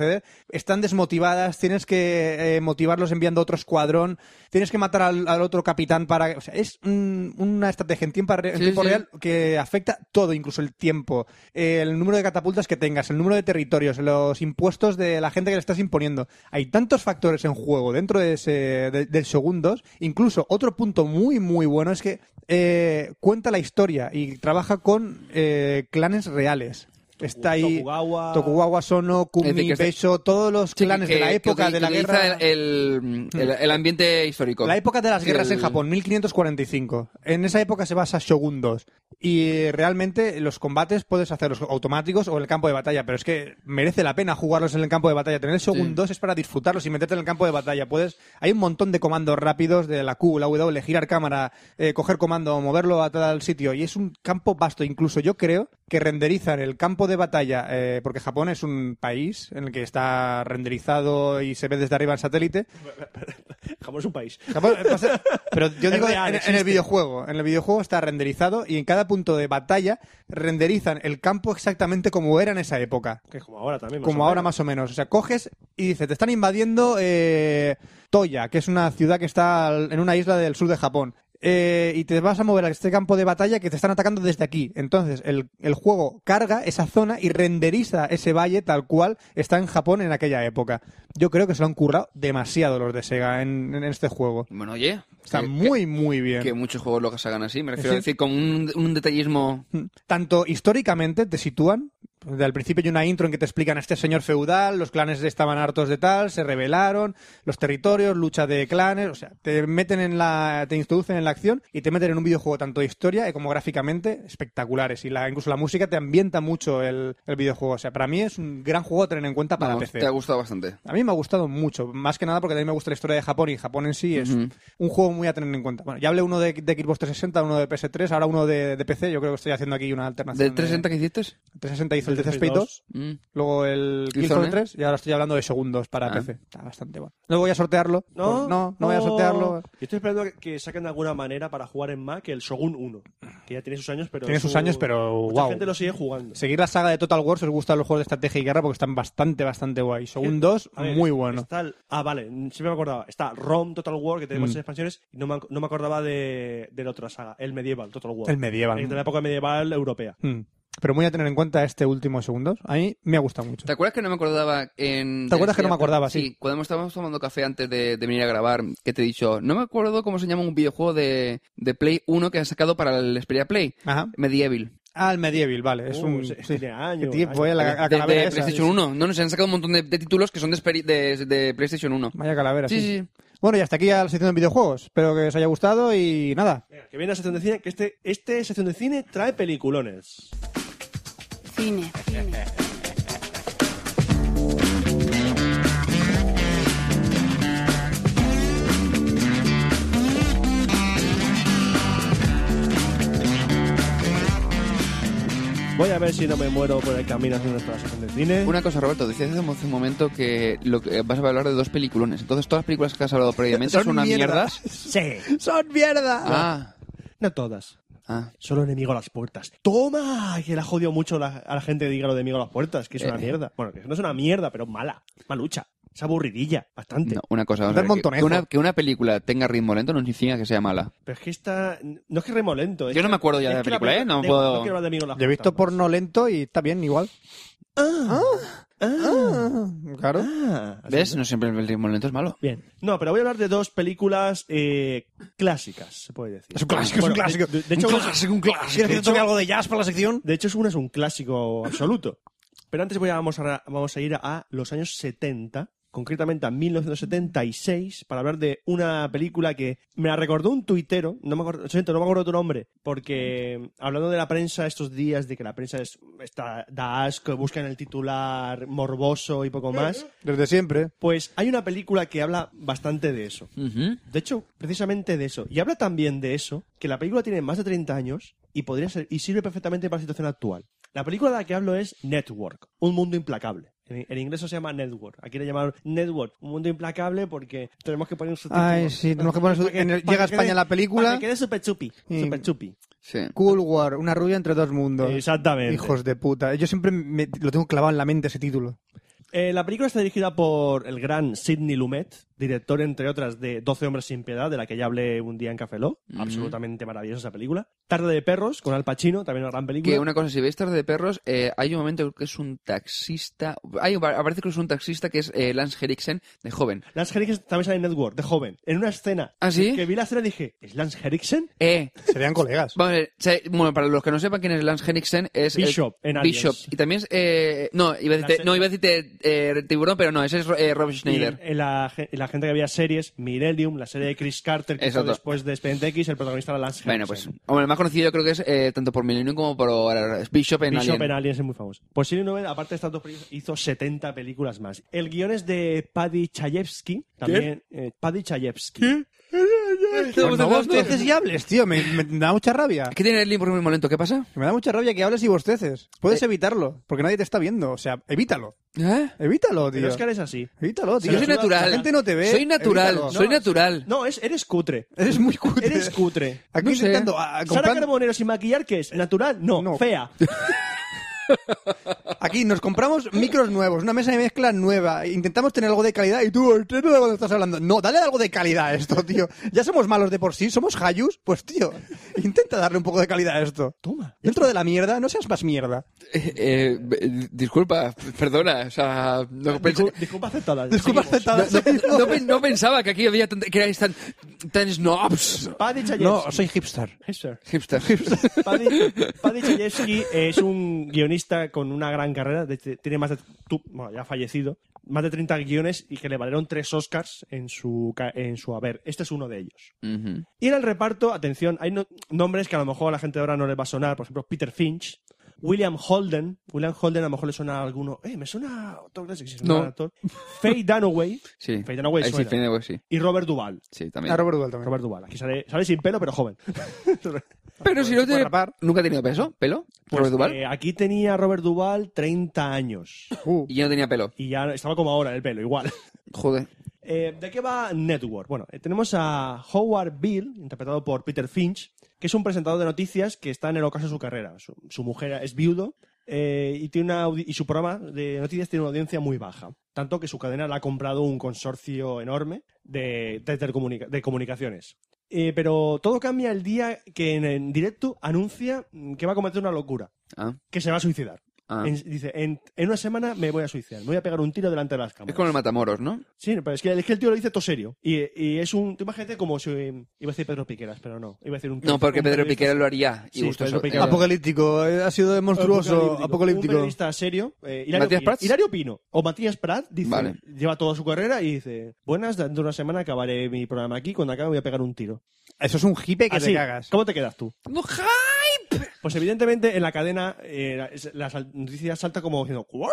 están desmotivadas, tienes que eh, motivarlos enviando otro escuadrón, tienes que matar al, al otro capitán para... O sea, es un- una estrategia en tiempo, re- en Sí, tiempo sí. real que afecta todo, incluso el tiempo, eh, el número de catapultas que tengas, el número de territorios, los impuestos de la gente que le estás imponiendo. Hay tantos factores en juego dentro de ese, de- del Shogun 2. Incluso otro punto muy, muy bueno es que eh, cuenta la historia y trabaja con eh, clanes reales. Está ahí Tokugawa. Tokugawa Sono, Es decir, Kumi, que está- Beisho, todos los Sí, clanes que- de la que época utili- de la que utiliza guerra. El, el- el ambiente histórico. La época de las Sí, guerras el- en Japón, 1545. En esa época se basa Shogun 2. Y eh, realmente los combates puedes hacerlos automáticos o en el campo de batalla, pero es que merece la pena jugarlos en el campo de batalla. Tener el Shogun Sí. 2 es para disfrutarlos y meterte en el campo de batalla. Puedes, hay un montón de comandos rápidos de la Q, la W, girar cámara, eh, coger comando, moverlo a tal sitio. Y es un campo vasto. Incluso yo creo que renderizan el campo de batalla, eh, porque Japón es un país en el que está renderizado y se ve desde arriba en satélite. Jamón es un país. Japón, eh, pasa- pero yo Es digo real, en- en, existe. el videojuego. En el videojuego está renderizado y en cada punto de batalla renderizan el campo exactamente como era en esa época. Que es como ahora también. Como o ahora menos. más o menos. O sea, coges y dices, te están invadiendo eh, Toya, que es una ciudad que está al- en una isla del sur de Japón. Eh, y te vas a mover a este campo de batalla que te están atacando desde aquí. Entonces, el, el juego carga esa zona y renderiza ese valle tal cual está en Japón en aquella época. Yo creo que se lo han currado demasiado los de Sega en, en este juego. Bueno, oye. Está que- muy, muy bien. Que, que muchos juegos lo hagan así, me refiero a Sí. decir, con un, un detallismo. tanto históricamente te sitúan. Al principio hay una intro en que te explican este señor feudal, los clanes estaban hartos de tal, se rebelaron, los territorios, lucha de clanes, o sea, te meten en la, te introducen en la acción y te meten en un videojuego tanto de historia como gráficamente espectaculares y la, incluso la música te ambienta mucho el, el videojuego, o sea, para mí es un gran juego a tener en cuenta para Vamos, PC. te ha gustado bastante. A mí me ha gustado mucho, más que nada porque también me gusta la historia de Japón y Japón en sí es un juego muy a tener en cuenta. Bueno, ya hablé uno de, de Xbox 360, uno de PS3, ahora uno de, de PC. Yo creo que estoy haciendo aquí una alternación. ¿De 360 que hiciste? 360 hizo el Death Space 362. 2, Mm. luego el Killzone, Killzone 3 y ahora estoy hablando de segundos para Ah. PC. Está bastante bueno. No voy a sortearlo. No, no, no voy a sortearlo. Yo estoy esperando que, que saquen de alguna manera para jugar en Mac el Shogun 1. Que ya tiene sus años, pero. Tiene es sus un- años, pero Mucha wow. gente lo sigue jugando. Seguir la saga de Total War si os gustan los juegos de estrategia y guerra porque están bastante, bastante guay. Según 2, A ver, muy bueno. está el- ah, vale, siempre me acordaba. Está ROM Total War, que tiene Mm. muchas expansiones, y no me, no me acordaba de, de la otra saga, el Medieval Total War. El medieval. El de la época medieval europea. Mm. Pero muy a tener en cuenta este último segundos. A mí me ha gustado mucho. ¿Te acuerdas que no me acordaba en... ¿Te acuerdas que no me acordaba, sí? cuando estábamos tomando café antes de, de venir a grabar, que te he dicho, no me acuerdo cómo se llama un videojuego de, de Play 1 que han sacado para el Xperia Play. Ajá. Medieval. Ah, el Medieval, vale. Es Uh, un. sí, sí. tiene años, Qué tipo, años. eh, la, la de, calavera de esa. PlayStation 1. No, no, se han sacado un montón de, de títulos que son de, Xperi- de- de PlayStation 1. Vaya calavera, Sí, sí. sí, sí. Bueno, y hasta aquí ya la sección de videojuegos. Espero que os haya gustado y nada. Venga, que viene la sección de cine, que este, este sección de cine trae peliculones. Cine. Cine. Voy a ver si no me muero por el camino haciendo esta sección de cine. Una cosa, Roberto, decías hace un hace un momento que lo que- vas a hablar de dos peliculones. Entonces, todas las películas que has hablado previamente son, una mierdas. Sí. ¡Son mierda! Ah, No todas. ah. Solo enemigo a las puertas. ¡Toma! Que la jodió mucho la- a la gente que diga lo de enemigo a las puertas, que es Eh. una mierda. Bueno, que no es una mierda, pero mala. Malucha. Es aburrididilla, bastante. No, una cosa, vamos Del a ver, que- que, montonejo. una, que una película tenga ritmo lento no significa que sea mala. Pero es que esta. No es que remolento. es Yo no que- me acuerdo ya es de la que película, ¿eh? No da puedo- igual, No quiero hablar de enemigo a las Yo he visto puertas. porno lento y está bien, igual. Ah, claro. Ah, así ¿Ves? No siempre el ritmo lento es malo. Bien. No, pero voy a hablar de dos películas eh, clásicas, se puede decir. Es un clásico, es un Bueno, de- clásico. De, de hecho, una- un clásico. ¿Quieres que te toque algo de jazz para la sección? de hecho, es una es un clásico absoluto. Pero antes voy a, vamos, a, vamos a ir a los años 70, concretamente a 1976, para hablar de una película que me la recordó un tuitero, no me acuerdo, lo siento, no me acuerdo tu nombre, porque hablando de la prensa estos días, de que la prensa es- está, da asco, buscan el titular morboso y poco más, Desde siempre. pues hay una película que habla bastante de eso. Ujú. De hecho, precisamente de eso. Y habla también de eso, que la película tiene más de 30 años y podría ser y sirve perfectamente para la situación actual. La película de la que hablo es Network, un mundo implacable. En, en inglés se llama Network. Aquí le llaman Network, un mundo implacable porque tenemos que poner un subtítulo. Ay, sí, tenemos que poner su- Para en el- para llega a que España quede- la película. Para que quede super chupi. Y- Super chupi. Sí. Cool War, una rubia entre dos mundos. Exactamente. Hijos de puta. Yo siempre me- lo tengo clavado en la mente ese título. Eh, la película está dirigida por el gran Sidney Lumet, director, entre otras, de 12 hombres sin piedad, de la que ya hablé un día en Café Lock. Absolutamente maravillosa esa película. Tarde de perros, con Al Pacino, también una gran película. Que una cosa, si veis tarde de perros, eh, hay un momento que es un taxista. Hay, parece que es un taxista que es eh, Lance Henriksen de joven. Lance Henriksen también sale en Network, de joven. En una escena ¿Ah, sí? que vi la escena dije, ¿es Lance Henriksen? Eh, Serían colegas. vamos a ver, se- bueno, para los que no sepan quién es Lance Henriksen, es. el- Bishop, en Aliens. Bishop. Y también es. eh, no, iba a decirte, Lance- no, iba a decirte eh, Tiburón, pero no, ese es eh, Rob Schneider. Y en la, ge- en la gente que había series, Millennium, la serie de Chris Carter, que hizo Exacto. después de Expediente X, el protagonista era Lance Bueno, Henriksen. pues, hombre, el más conocido yo creo que es eh, tanto por Millennium como por ahora, es Bishop en Bishop Alien. en Aliens es muy famoso. Pues Sidney Lumet, aparte de estas dos películas, hizo 70 películas más. El guión es de Paddy Chayefsky. También, eh, Paddy Chayefsky. Por favor, bosteces y hables, tío. Me, me da mucha rabia. ¿Qué tiene el libro muy lento? ¿Qué pasa? Me da mucha rabia que hables y bosteces. Puedes evitarlo, porque nadie te está viendo. O sea, evítalo. ¿Eh? Evítalo, Pero tío. Oscar es así. Evítalo, tío. Yo soy La- natural. La gente no te ve. Soy natural, Evítalo. soy No, natural. No, es, eres cutre. Eres muy cutre. Eres cutre. Aquí No sé. intentando ah, a- a Sara comprar- Carbonero sin maquillar, ¿qué es? ¿Natural? No, No. fea. Aquí nos compramos micros nuevos, una mesa de mezcla nueva, intentamos tener algo de calidad y tú, ¿usted no de cuando estás hablando? No, dale algo de calidad a esto, tío. Ya somos malos de por sí, somos hayus, pues tío, intenta darle un poco de calidad a esto. Toma. Dentro de la mierda, no seas más mierda. Eh, eh, eh, disculpa, perdona. O sea, no, pensé- Discul- Disculpa aceptada. Disculpa, Seguimos. aceptada. no- no pe- no pensaba que aquí había tant- que erais tan, tan snobs. Paddy Chayefsky. No, soy hipster. Hipster. Hipster. Paddy, Paddy Chayefsky es un guionista con una gran carrera. de- tiene más de. tu- bueno, ya ha fallecido. Más de 30 guiones y que le valieron tres Oscars en su, ca- en su haber. Este es uno de ellos. Ujú. Y en el reparto, atención, hay no- nombres que a lo mejor a la gente de ahora no les va a sonar, por ejemplo, Peter Finch, William Holden, William Holden a lo mejor le suena a alguno, eh, me suena a otro clásico, si suena No. a actor. Faye Dunaway Sí. Faye Dunaway Eh, sí, suena. Faye Dunaway, sí. y Robert Duvall. Sí, también. A Robert Duval también. Robert Duvall, aquí sale, sale sin pelo, pero joven. Pero si no tiene... rapar. ¿Nunca ha tenido peso? ¿Pelo? Pues, Robert Duvall. eh, aquí tenía Robert Duvall 30 años Uh, Y yo no tenía pelo. y ya estaba como ahora el pelo, igual. Joder. Eh, ¿De qué va Network? Bueno, eh, tenemos a Howard Bill, interpretado por Peter Finch, que es un presentador de noticias que está en el ocaso de su carrera. Su, su mujer es viudo eh, y, tiene una audi- y su programa de noticias tiene una audiencia muy baja. Tanto que su cadena la ha comprado un consorcio enorme de, de telecomunica- de comunicaciones. Eh, pero todo cambia el día que en, en directo anuncia mm, que va a cometer una locura, Ah, que se va a suicidar. ah. En- dice, en, en una semana me voy a suicidar, me voy a pegar un tiro delante de las cámaras. Es como el Matamoros, ¿no? Sí, pero es que, es que el tío lo dice todo serio. Y, y es un. Tú imagínate como si. Iba a decir Pedro Piqueras, pero no. Iba a decir un. No, porque un Pedro periodista- Piquera lo haría. Y Sí, gustoso. Pedro Piquera. apocalíptico, eh, ha sido monstruoso, Un apocalíptico. periodista serio. eh, Hilario, ¿Matías Pino, Prats? Hilario Pino. O Matías Prat dice. Vale. Lleva toda su carrera y dice: Buenas, dentro de una semana acabaré mi programa aquí. Cuando acabe voy a pegar un tiro. Eso es un hippie que Así, te cagas. ¿Cómo te quedas tú? ¡No, ja! Pues evidentemente en la cadena eh, la- es- la, sal- noticia salta como diciendo ¿What?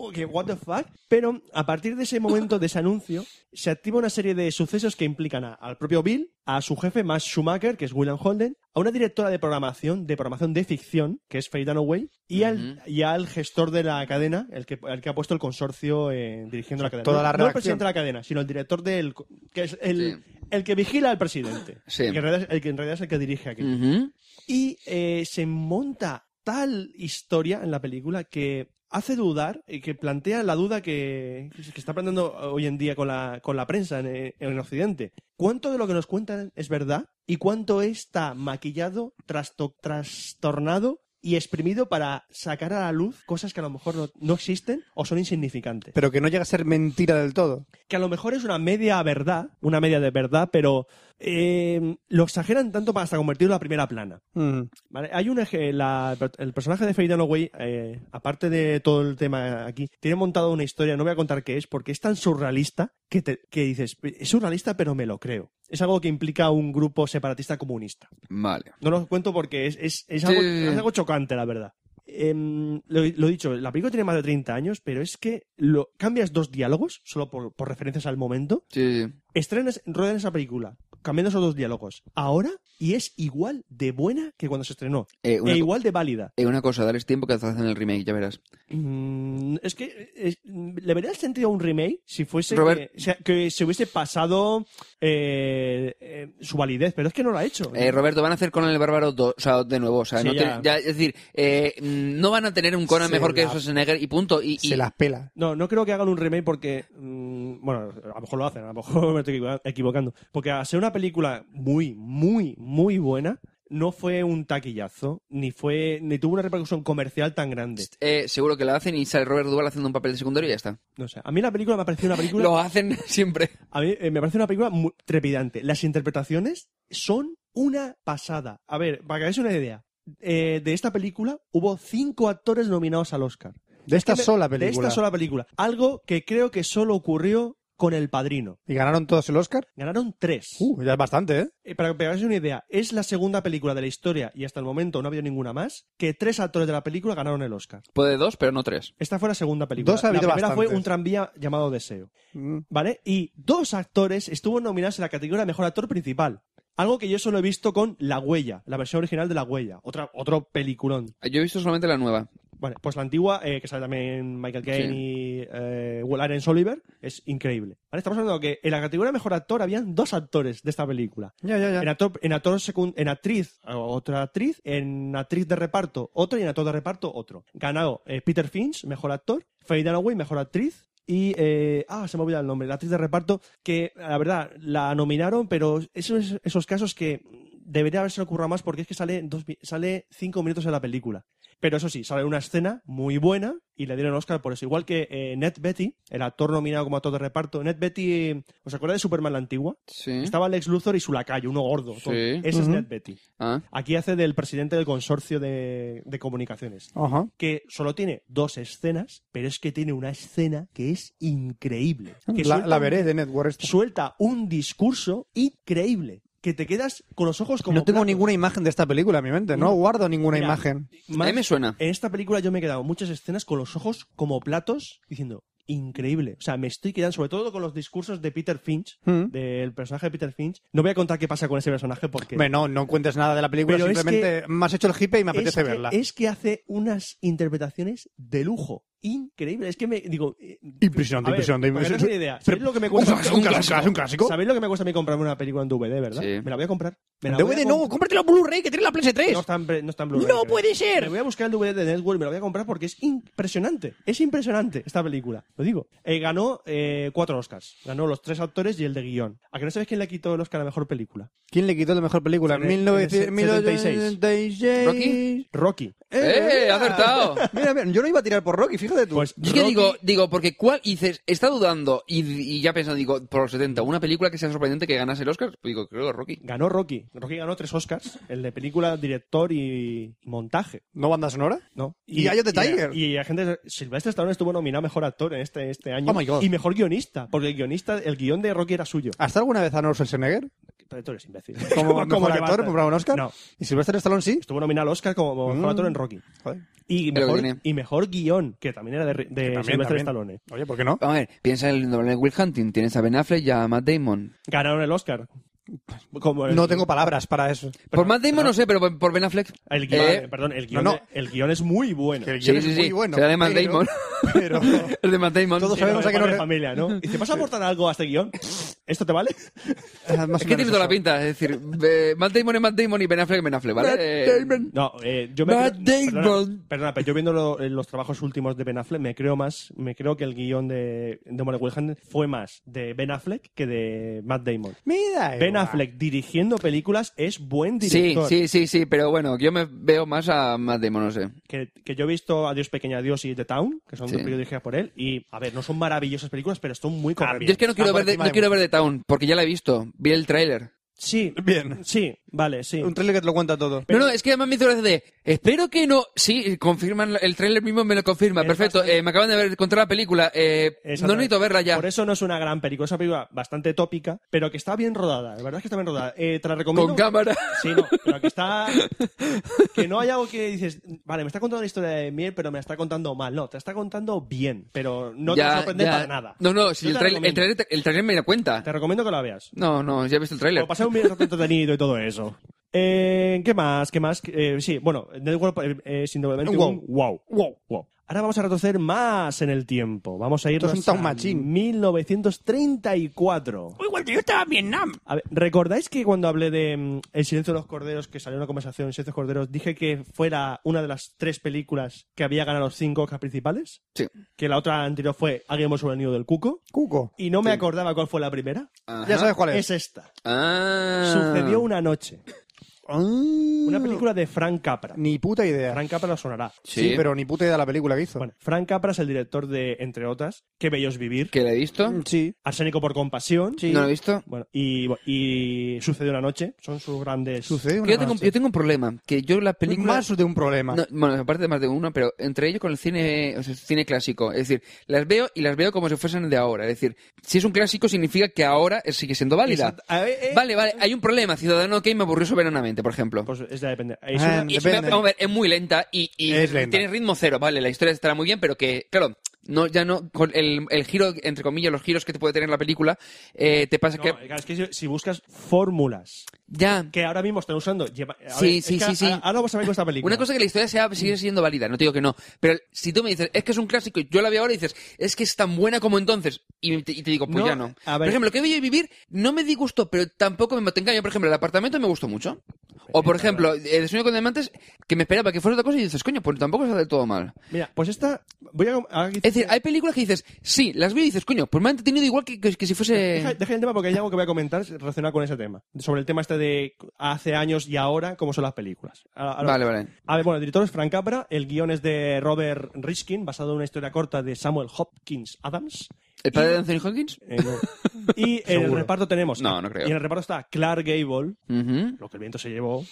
Oh, ¿qué- what the fuck? Pero a partir de ese momento, de ese anuncio, se activa una serie de sucesos que implican a- al propio Bill, a su jefe Max Schumacher, que es William Holden, a una directora de programación, de programación de ficción, que es Faye Dunaway, y, al, y al gestor de la cadena, el que, el que ha puesto el consorcio eh, dirigiendo la cadena. toda No- la no el redacción. presidente de la cadena, sino el director del... co- que es el, el que vigila al presidente. Sí. Mm. El que en realidad es- el que en realidad es el que dirige aquí. Ujú. Y eh, se monta tal historia en la película que hace dudar y que plantea la duda que, que está planteando hoy en día con la, con la prensa en, eh, en Occidente. ¿Cuánto de lo que nos cuentan es verdad? ¿Y cuánto está maquillado, trasto- trastornado y exprimido para sacar a la luz cosas que a lo mejor no, no existen o son insignificantes? Pero que no llega a ser mentira del todo. que a lo mejor es una media verdad, una media de verdad, pero eh, lo exageran tanto para hasta convertirlo a primera plana. Mm. Vale, hay un eje- la- el personaje de Faye Dunaway, eh, aparte de todo el tema aquí, tiene montado una historia, no voy a contar qué es, porque es tan surrealista que, te- que dices, es surrealista pero me lo creo. Es algo que implica un grupo separatista comunista. Vale. No lo cuento porque es, es- es algo, Sí, sí, sí. es algo chocante, la verdad. Em, lo, lo dicho, la película tiene más de 30 años, pero es que lo, cambias dos diálogos, solo por- por referencias al momento, Sí, sí. estrenas, ruedan esa película, cambiando esos dos diálogos, ahora y es igual de buena que cuando se estrenó. Eh, una, E igual de válida. eh, una cosa, dales tiempo que hacen el remake, ya verás. Mm, es que eh, es- le vería el sentido a un remake si fuese Robert. que, o sea, que se hubiese pasado eh, eh, su validez, pero es que no lo ha hecho. Eh, Roberto, van a hacer Conan el Bárbaro do- o sea, de nuevo. O sea, Sí, no ya. tiene- ya, es decir, eh, mm, no van a tener un Conan Se mejor que la- Schwarzenegger y punto. Y, y- Se las pela. No, no creo que hagan un remake porque. mm, bueno, a lo mejor lo hacen, a lo mejor me estoy equivo- equivocando. Porque al ser una película muy, muy, muy buena, no fue un taquillazo, ni fue ni tuvo una repercusión comercial tan grande. eh, seguro que la hacen y sale Robert Duval haciendo un papel de secundario y ya está. No sé, a mí la película me ha parecido una película. Lo hacen siempre. A mí eh, me parece una película mu- trepidante. Las interpretaciones son una pasada. A ver, para que hagáis una idea. eh, de esta película hubo cinco actores nominados al Oscar. De esta Que me- sola De película. esta sola película. Algo que creo que solo ocurrió con El Padrino. ¿Y ganaron todos el Oscar? Ganaron tres. Uh, ya es bastante, ¿eh? Eh, para que os hagáis una idea, es la segunda película de la historia, y hasta el momento no ha habido ninguna más, que tres actores de la película ganaron el Oscar. Puede dos, pero no tres. Esta fue la segunda película. Dos ha la habido primera fue bastantes. Un tranvía llamado Deseo. Mm. ¿Vale? Y dos actores estuvo nominados en la categoría de Mejor Actor Principal. Algo que yo solo he visto con La Huella, la versión original de La Huella. Otra, otro peliculón. Yo he visto solamente la nueva. Vale, pues la antigua, eh, que sale también Michael Caine Sí. y eh, Lawrence Oliver, es increíble. Vale, estamos hablando que en la categoría de Mejor Actor habían dos actores de esta película. Ya, ya, ya. En actor, en actor secund- en actriz, o- otra actriz, en actriz de reparto, otro, y en actor de reparto, otro. Ganado eh, Peter Finch, mejor actor, Faye Dunaway, mejor actriz, y, eh, ah, se me ha olvidado el nombre, la actriz de reparto, que, la verdad, la nominaron, pero esos, esos casos que debería haberse ocurrido más porque es que sale, dos mi- sale cinco minutos en la película. Pero eso sí, sale una escena muy buena y le dieron Oscar por eso. Igual que eh, Ned Betty, el actor nominado como actor de reparto. Ned Betty, ¿os acordáis de Superman la antigua? Sí. Estaba Lex Luthor y su lacayo, uno gordo. ¿Mm? Sí. tonto. Ese es Ujú. Ned Betty. Ah. Aquí hace del presidente del consorcio de, de comunicaciones. Ajá. Que solo tiene dos escenas, pero es que tiene una escena que es increíble. Que La, suelta la un- veré de Network. esta. Suelta un discurso increíble. Que te quedas con los ojos como. No tengo platos. ninguna imagen de esta película en mi mente. No No. guardo ninguna Mira, imagen. Más- A mí me suena. En esta película yo me he quedado muchas escenas con los ojos como platos diciendo. Increíble. O sea, me estoy quedando, sobre todo con los discursos de Peter Finch, Mm. del personaje de Peter Finch. No voy a contar qué pasa con ese personaje porque. Hombre, no, no cuentes nada de la película, Pero es simplemente me has hecho el hipe y me apetece es que, verla. Es que hace unas interpretaciones de lujo. Increíble. Es que me digo. eh, a Impresionante, ver, impresionante, para que impresionante. os hagáis una idea. Pero- ¿Sabéis lo que me Un cuesta? clásico, un clásico, un clásico. ¿Sabéis lo que me cuesta a mí comprarme una película en DVD, verdad? Sí. Me la voy a comprar. Me la voy a DVD no, comprar. cómpratelo a Blu-ray que tiene la PS3. No está en, pre- no está en ¡No Blu-ray, creo. puede ser! Me voy a buscar el DVD de Network y me lo voy a comprar porque es impresionante. Es impresionante esta película, lo digo. Eh, ganó eh, cuatro Oscars. Ganó los tres actores y el de guión. ¿A que no sabéis quién le quitó el Oscar a la mejor película? ¿Quién le quitó la mejor película? En el- en el 1976. ¿Rocky? Rocky. ¡Eh! mira! ¡Acertado! Mira, mira, yo no iba a tirar por Rocky, fíjate tú. Pues Yo es que Rocky- digo, digo, porque cuál, y dices, está dudando, y, y ya pensando, digo, por los 70, una película que sea sorprendente que ganase el Oscar, digo, creo que Rocky. Ganó Rocky. Rocky ganó tres Oscars. El de película, director y montaje. ¿No banda sonora? ¿no? Y Eye of the Tiger. Y, la gente, Silvestre Stallone estuvo nominado a mejor actor en este, este año. Oh my God. Y mejor guionista. Porque el guionista, el guión de Rocky era suyo. ¿Hasta alguna vez Arnold Schwarzenegger? Pero tú eres imbécil. Como ¿Cómo- cómo mejor te actor, vas a- por un Oscar. No. ¿Y Sylvester Stallone sí? Estuvo nominado al Oscar como mejor Mm. actor en Rocky. Joder. Y Pero mejor, tiene- y mejor guión, que también era de, de Eh, Sylvester Stallone. Oye, ¿por qué no? Vamos a ver, piensa en el doble de Will Hunting, tienes a Ben Affleck y a Matt Damon. Ganaron el Oscar. Como el, No Pues, tengo palabras para eso. Por Matt Damon no sé, pero por por Ben Affleck. el guión, Eh, perdón, el guión, no, no. el guión es muy bueno. Que el Sí, guion sí, es sí. muy bueno. Será de Matt pero- Damon. Pero... el de Matt Damon. Todos Sí, sabemos de a qué nos padre re- familia, ¿no? Y dice, ¿vas a aportar algo a este guión? ¿Esto te vale? Es que Ah, más o menos tiene toda la eso. pinta, es decir, eh, Matt Damon es Matt Damon y Ben Affleck es Ben Affleck, ¿vale? Eh, No, eh, yo me Matt creo- Damon. Perdona, perdona, pero yo viendo lo- eh, los trabajos últimos de Ben Affleck, me creo más, me creo que el guión de, de Molly Wilhelm fue más de Ben Affleck que de Matt Damon. Me da Ben igual. Affleck dirigiendo películas es buen Sí, director. sí, sí, sí, pero bueno, yo me veo más a Matt Damon, no sé. Que, que yo he visto Adiós Pequeña Adiós y The Town, que son Sí. dos películas dirigidas por él, y a ver, no son maravillosas películas, pero son muy Ah, Yo correctas. Ah, es que no quiero, por ver, de- encima no de quiero ver The Town, porque ya la he visto, vi el tráiler. pues, Sí, Bien. sí, vale, sí. Un trailer que te lo cuenta todo. No, no, es que además me hizo gracia de. Espero que no. Sí, confirman. El tráiler mismo me lo confirma. Es Perfecto. bastante- eh, me acaban de ver contra la película. eh, no Exactamente. necesito verla ya. Por eso no es una gran película, es una película bastante tópica, pero que está bien rodada. La verdad es que está bien rodada. Eh, te la recomiendo. Con cámara. Sí, no, pero que está. Que no hay algo que dices, vale, me está contando una historia de miel, pero me la está contando mal. No, te la está contando bien, pero no te Ya, va a sorprender ya. para nada. No, no, si Yo el, tráiler- te la el, recomiendo. tráiler, te- el tráiler me da cuenta. Te recomiendo que la veas. No, no, ya he visto el tráiler. O pasar un video entretenido y todo eso. Eh, ¿Qué más? ¿Qué más? Eh, sí, bueno, Network eh, es indudablemente Wow. un wow. Wow. Wow. Ahora vamos a retroceder más en el tiempo. Vamos a irnos Esto es un time a machine. 1934. Igual que yo estaba en Vietnam. A ver, ¿recordáis que cuando hablé de mm, El silencio de los corderos, que salió una conversación en Silencio de los corderos, dije que fuera una de las tres películas que había ganado los cinco Oscars principales? Sí. Que la otra anterior fue Alguien sobre el nido del cuco. Cuco. Y no me Ah, acordaba cuál fue la primera. Ajá. Ya sabes cuál Es es. esta. Ah. Sucedió una noche. Una película de Frank Capra. Ah, Mm. Ni puta idea. Frank Capra os sonará. Sí, pero ni puta idea de la película que hizo. Bueno, Frank Capra es el director de, entre otras, Qué Bellos Vivir, ¿Que la he visto? Sí. Arsénico por Compasión. ¿No la he visto? Bueno, y, y Sucede una noche. Son sus grandes. Sucede una Que yo, tengo, yo tengo un problema, que yo las películas... Más de un problema. No, bueno, aparte de más de uno, pero entre ellos con el cine, o sea, el cine clásico. Es decir, las veo y las veo como si fuesen de ahora. Es decir, si es un clásico significa que ahora sigue siendo válida. Exacto. A ver, eh. Vale, vale, hay un problema. Ciudadano Kane me aburrió soberanamente, por ejemplo. Pues es de depender. Es Ah, una- Y- depende. vamos a ver, es muy lenta y, y Es lenta. tiene ritmo cero. Vale, la historia estará muy bien, pero que, claro... No, ya no, con el, el giro, entre comillas, los giros que te puede tener la película, eh, te pasa No, que. claro, es que si- si buscas fórmulas Ya. que ahora mismo están usando. lleva- a Sí, es sí, que sí, sí. a- Ahora vas a ver con esta película. Una cosa es que la historia sea, sigue siendo válida, no te digo que no. Pero si tú me dices, es que es un clásico, y yo la veo ahora y dices, es que es tan buena como entonces. Y te, y te digo, pues No, ya no. a ver. Por ejemplo, que Bello y Vivir no me disgustó, pero tampoco me mantenga yo. Por ejemplo, el apartamento me gustó mucho. O por ejemplo, el sueño con diamantes, que me esperaba que fuera otra cosa y dices, coño, pues tampoco está del todo mal. Mira, pues esta. Voy a. ahora que- Es decir, hay películas que dices, sí, las veo y dices, coño, pues me han entretenido igual que, que- que si Deja, fuese. deja el tema porque hay algo que voy a comentar relacionado con ese tema. Sobre el tema este de hace años y ahora, cómo son las películas. Ahora- ahora- Vale, vale. A ver, Ah, bueno, el director es Frank Capra, el guión es de Robert Riskin, basado en una historia corta de Samuel Hopkins Adams. ¿El padre de Anthony Hopkins? Eh, no. y en el reparto tenemos. No, no creo. Y en el reparto está Clark Gable, Ujú. lo que el viento se llevó,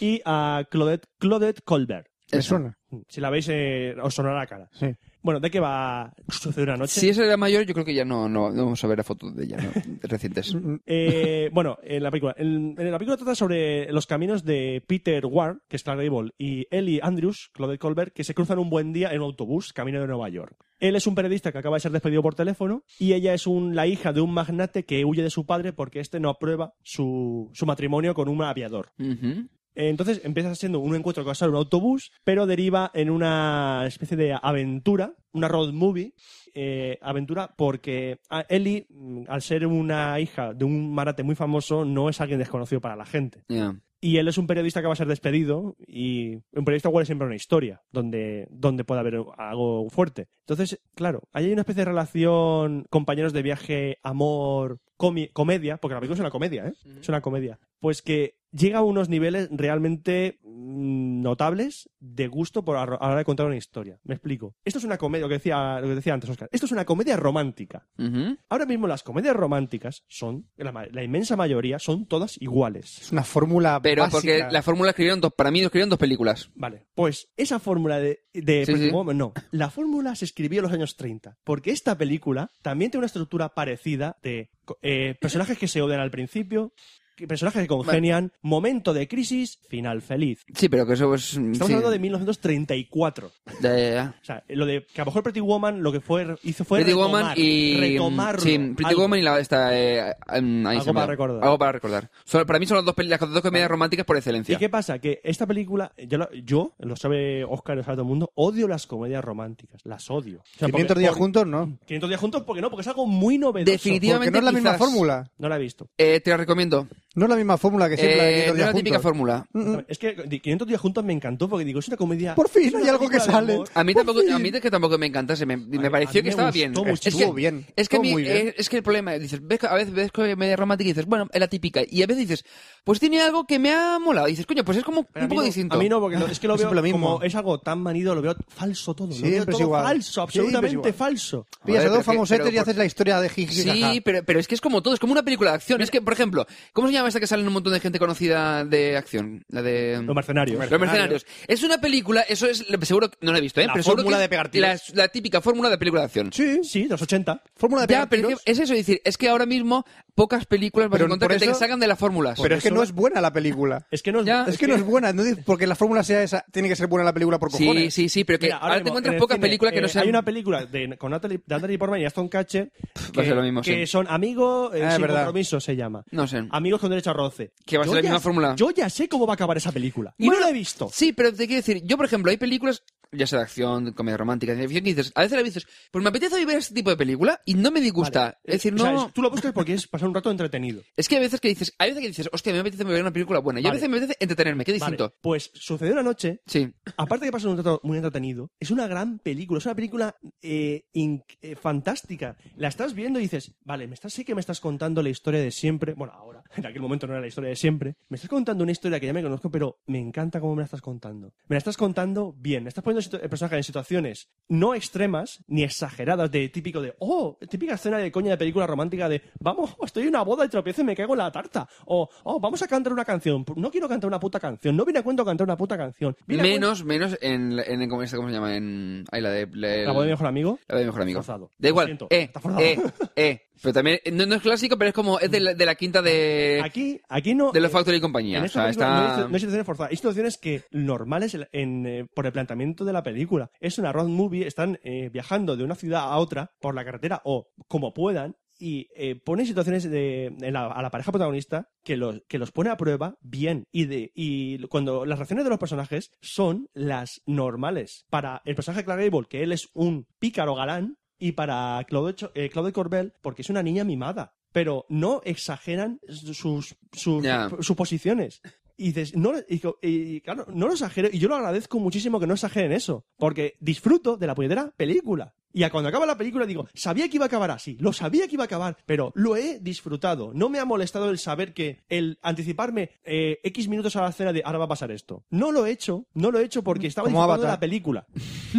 y a Claudette, Claudette Colbert. Me suena. Si la veis, eh, os sonará la cara. Sí. Bueno, ¿de qué va suceder una noche? Si esa era mayor, yo creo que ya no, no, no vamos a ver la foto de ella, ¿no? recientes. Eh, bueno, en la película. En, en la película trata sobre los caminos de Peter Ward, que es Clark Gable, y Ellie Andrews, Claudette Colbert, que se cruzan un buen día en un autobús camino de Nueva York. Él es un periodista que acaba de ser despedido por teléfono y ella es un- la hija de un magnate que huye de su padre porque este no aprueba su, su matrimonio con un aviador. Ujú. Eh, Entonces empieza siendo un encuentro casual en un autobús, pero deriva en una especie de aventura, una road movie, eh, aventura, porque a- Ellie, mm, al ser una hija de un marate muy famoso, no es alguien desconocido para la gente. Ya. Y él es un periodista que va a ser despedido y un periodista huele siempre a una historia donde, donde puede haber algo fuerte. Entonces, claro, ahí hay una especie de relación compañeros de viaje, amor, comi- comedia, porque la película es una comedia, ¿eh? Es una comedia. Pues que llega a unos niveles realmente mm, notables de gusto por a a la hora de contar una historia. Me explico. Esto es una comedia, lo que decía, lo que decía antes, Oscar. Esto es una comedia romántica. Ujú. Ahora mismo las comedias románticas son, la, ma- la inmensa mayoría, son todas iguales. Es una fórmula Pero básica. porque la fórmula escribieron dos, para mí escribieron dos películas. Vale, pues esa fórmula de, de Sí, Pretty sí. Woman, no. La fórmula se escribió en los años 30, porque esta película también tiene una estructura parecida de co- eh, personajes que se odian al principio, que- personajes que congenian, momento de crisis, final feliz. Sí, pero que eso es... Estamos sí. hablando de 1934. Ya, ya, ya. O sea, eh, lo de que a lo mejor Pretty Woman lo que fue hizo fue Pretty retomar, Woman y... retomarlo, Sí, Pretty algo. Woman y la esta... eh, um, ahí Algo se me para va. recordar. Algo para recordar. Solo- para mí son las dos, peli- las dos comedias románticas por excelencia. ¿Y qué pasa? Que esta película, yo, lo, yo, lo sabe Oscar, lo sabe todo el mundo, odio las comedias románticas, las odio. O sea, porque- 500 días por- juntos, ¿no? 500 días juntos, porque no, porque es algo muy novedoso. Definitiva- Porque no es la misma quizás- fórmula. No la he visto. Eh, te la recomiendo. No es la misma fórmula que siempre la de Eh, 500 no es días la típica juntos. fórmula. Es que 500 días juntos me encantó porque digo, es una comedia. Por fin, es una hay algo que película de sale. Ah, amor. A mí tampoco, a mí es que tampoco me encantase, me, me a pareció que mí me estaba gustó bien. mucho. Es que, Estuvo bien, Es que, a estuvo mí- muy bien. Es, es que el problema, dices, ves que a veces ves comedia romántica y dices, bueno, es la típica. Y a veces dices, pues tiene algo que me ha molado. Y dices, coño, pues es como un Pero a mí poco no- distinto. A mí no, porque lo- es que lo Es veo siempre lo mismo. como es algo tan manido, lo veo falso todo. Lo veo Siempre es todo igual. falso, Siempre es absolutamente igual. falso. Pillas Joder, a pero dos que- pero famosetes y por- haces la historia de jiji. jaja. Sí, pero, pero es que es como todo, es como una película de acción. Es que, por ejemplo, ¿cómo se llama esta que sale un montón de gente conocida de acción? La de... Los mercenarios. Los mercenarios. Es una película, eso es, seguro, que- no la he visto, ¿eh? La pero seguro fórmula que de pegar es tiros. la, la típica fórmula de película de acción. Sí, sí, de los 80. Fórmula de Ya, pegar pero es, tiros. que es eso, es decir, es que ahora mismo pocas películas vas Pero a encontrar por que te eso- salgan de las fórmulas. Pero es que eso- no es buena la película. Es que no es. Ya. Es que no es buena. No dices- porque la fórmula sea esa, tiene que ser buena la película por Sí, cojones. sí, sí, pero que Mira, ahora, te mismo, en encuentras el pocas cine, películas que eh, no sean... Hay una película de, con Natalie, de Natalie Portman y Aston Catcher va a ser lo mismo, sí. que son amigos eh, Ah, es sin verdad. compromiso, se llama. No sé. Amigos con derecho a roce. Que va a Yo ser la ya- misma fórmula. Yo ya sé cómo va a acabar esa película. Y Bueno, no la he visto. Sí, pero te quiero decir, yo por ejemplo, hay películas, ya sea de acción, de comedia romántica, de ficción, que dices, a veces la dices, pues me apetece ver este tipo de película y no me disgusta. Es decir, eh, O no. sea, es- tú lo buscas porque es pasar un rato entretenido. Es que hay veces que dices, hay veces que dices, hostia, me apetece ver una película buena. Y a Vale. veces me apetece entretenerme, qué Vale, distinto. pues sucedió una noche Sí. aparte que pasa un rato muy entretenido, es una gran película, es una película eh, in- eh, fantástica. La estás viendo y dices, vale, me estás, sí que me estás contando la historia de siempre. Bueno, ahora, en aquel momento no era la historia de siempre. Me estás contando una historia que ya me conozco, pero me encanta cómo me la estás contando. Me la estás contando bien, estás poniendo situ- el personaje en situaciones no extremas ni exageradas, de típico de, oh, típica escena de coña de película romántica de, vamos, oh, estoy en una boda y tropiezo y me caigo en la tarta. O, oh, vamos a cantar una canción. No quiero cantar una puta canción, no viene a cuento cantar una puta canción. Viene a cuento- Menos, menos en, la- en, en- ¿cómo, esta- cómo se llama? En, ahí la de... La, ¿La boda de mejor amigo? la de mejor amigo. Forzado. Da Lo igual. siento, eh, está forzado. eh, eh. Pero también, eh, no, no es clásico, pero es como, es de la, de la quinta de... Aquí, aquí no. Eh, de los eh, Factory y compañía. En O esta sea, película está- no, hay, situ- no hay situaciones forzadas, hay situaciones que normales en- en, eh, por el planteamiento de la película. Es una road movie, están eh, viajando de una ciudad a otra por la carretera o como puedan y eh, pone situaciones de, en la- a la pareja protagonista que los, que los pone a prueba bien y, de, y cuando las reacciones de los personajes son las normales. Para el personaje Clark Gable, que él es un pícaro galán, y para Claude, Cho- eh, Claude Corbel, porque es una niña mimada. Pero no exageran sus, sus Ya. suposiciones. Y dices, no, y co- y claro, no lo exagero, y yo lo agradezco muchísimo que no exageren eso, porque disfruto de la puñetera película. Y a cuando acaba la película digo, sabía que iba a acabar así, lo sabía que iba a acabar, pero lo he disfrutado. No me ha molestado el saber que, el anticiparme eh, X minutos a la escena de ahora va a pasar esto. No lo he hecho, no lo he hecho porque estaba Mm, Como disfrutando de Avatar. la película.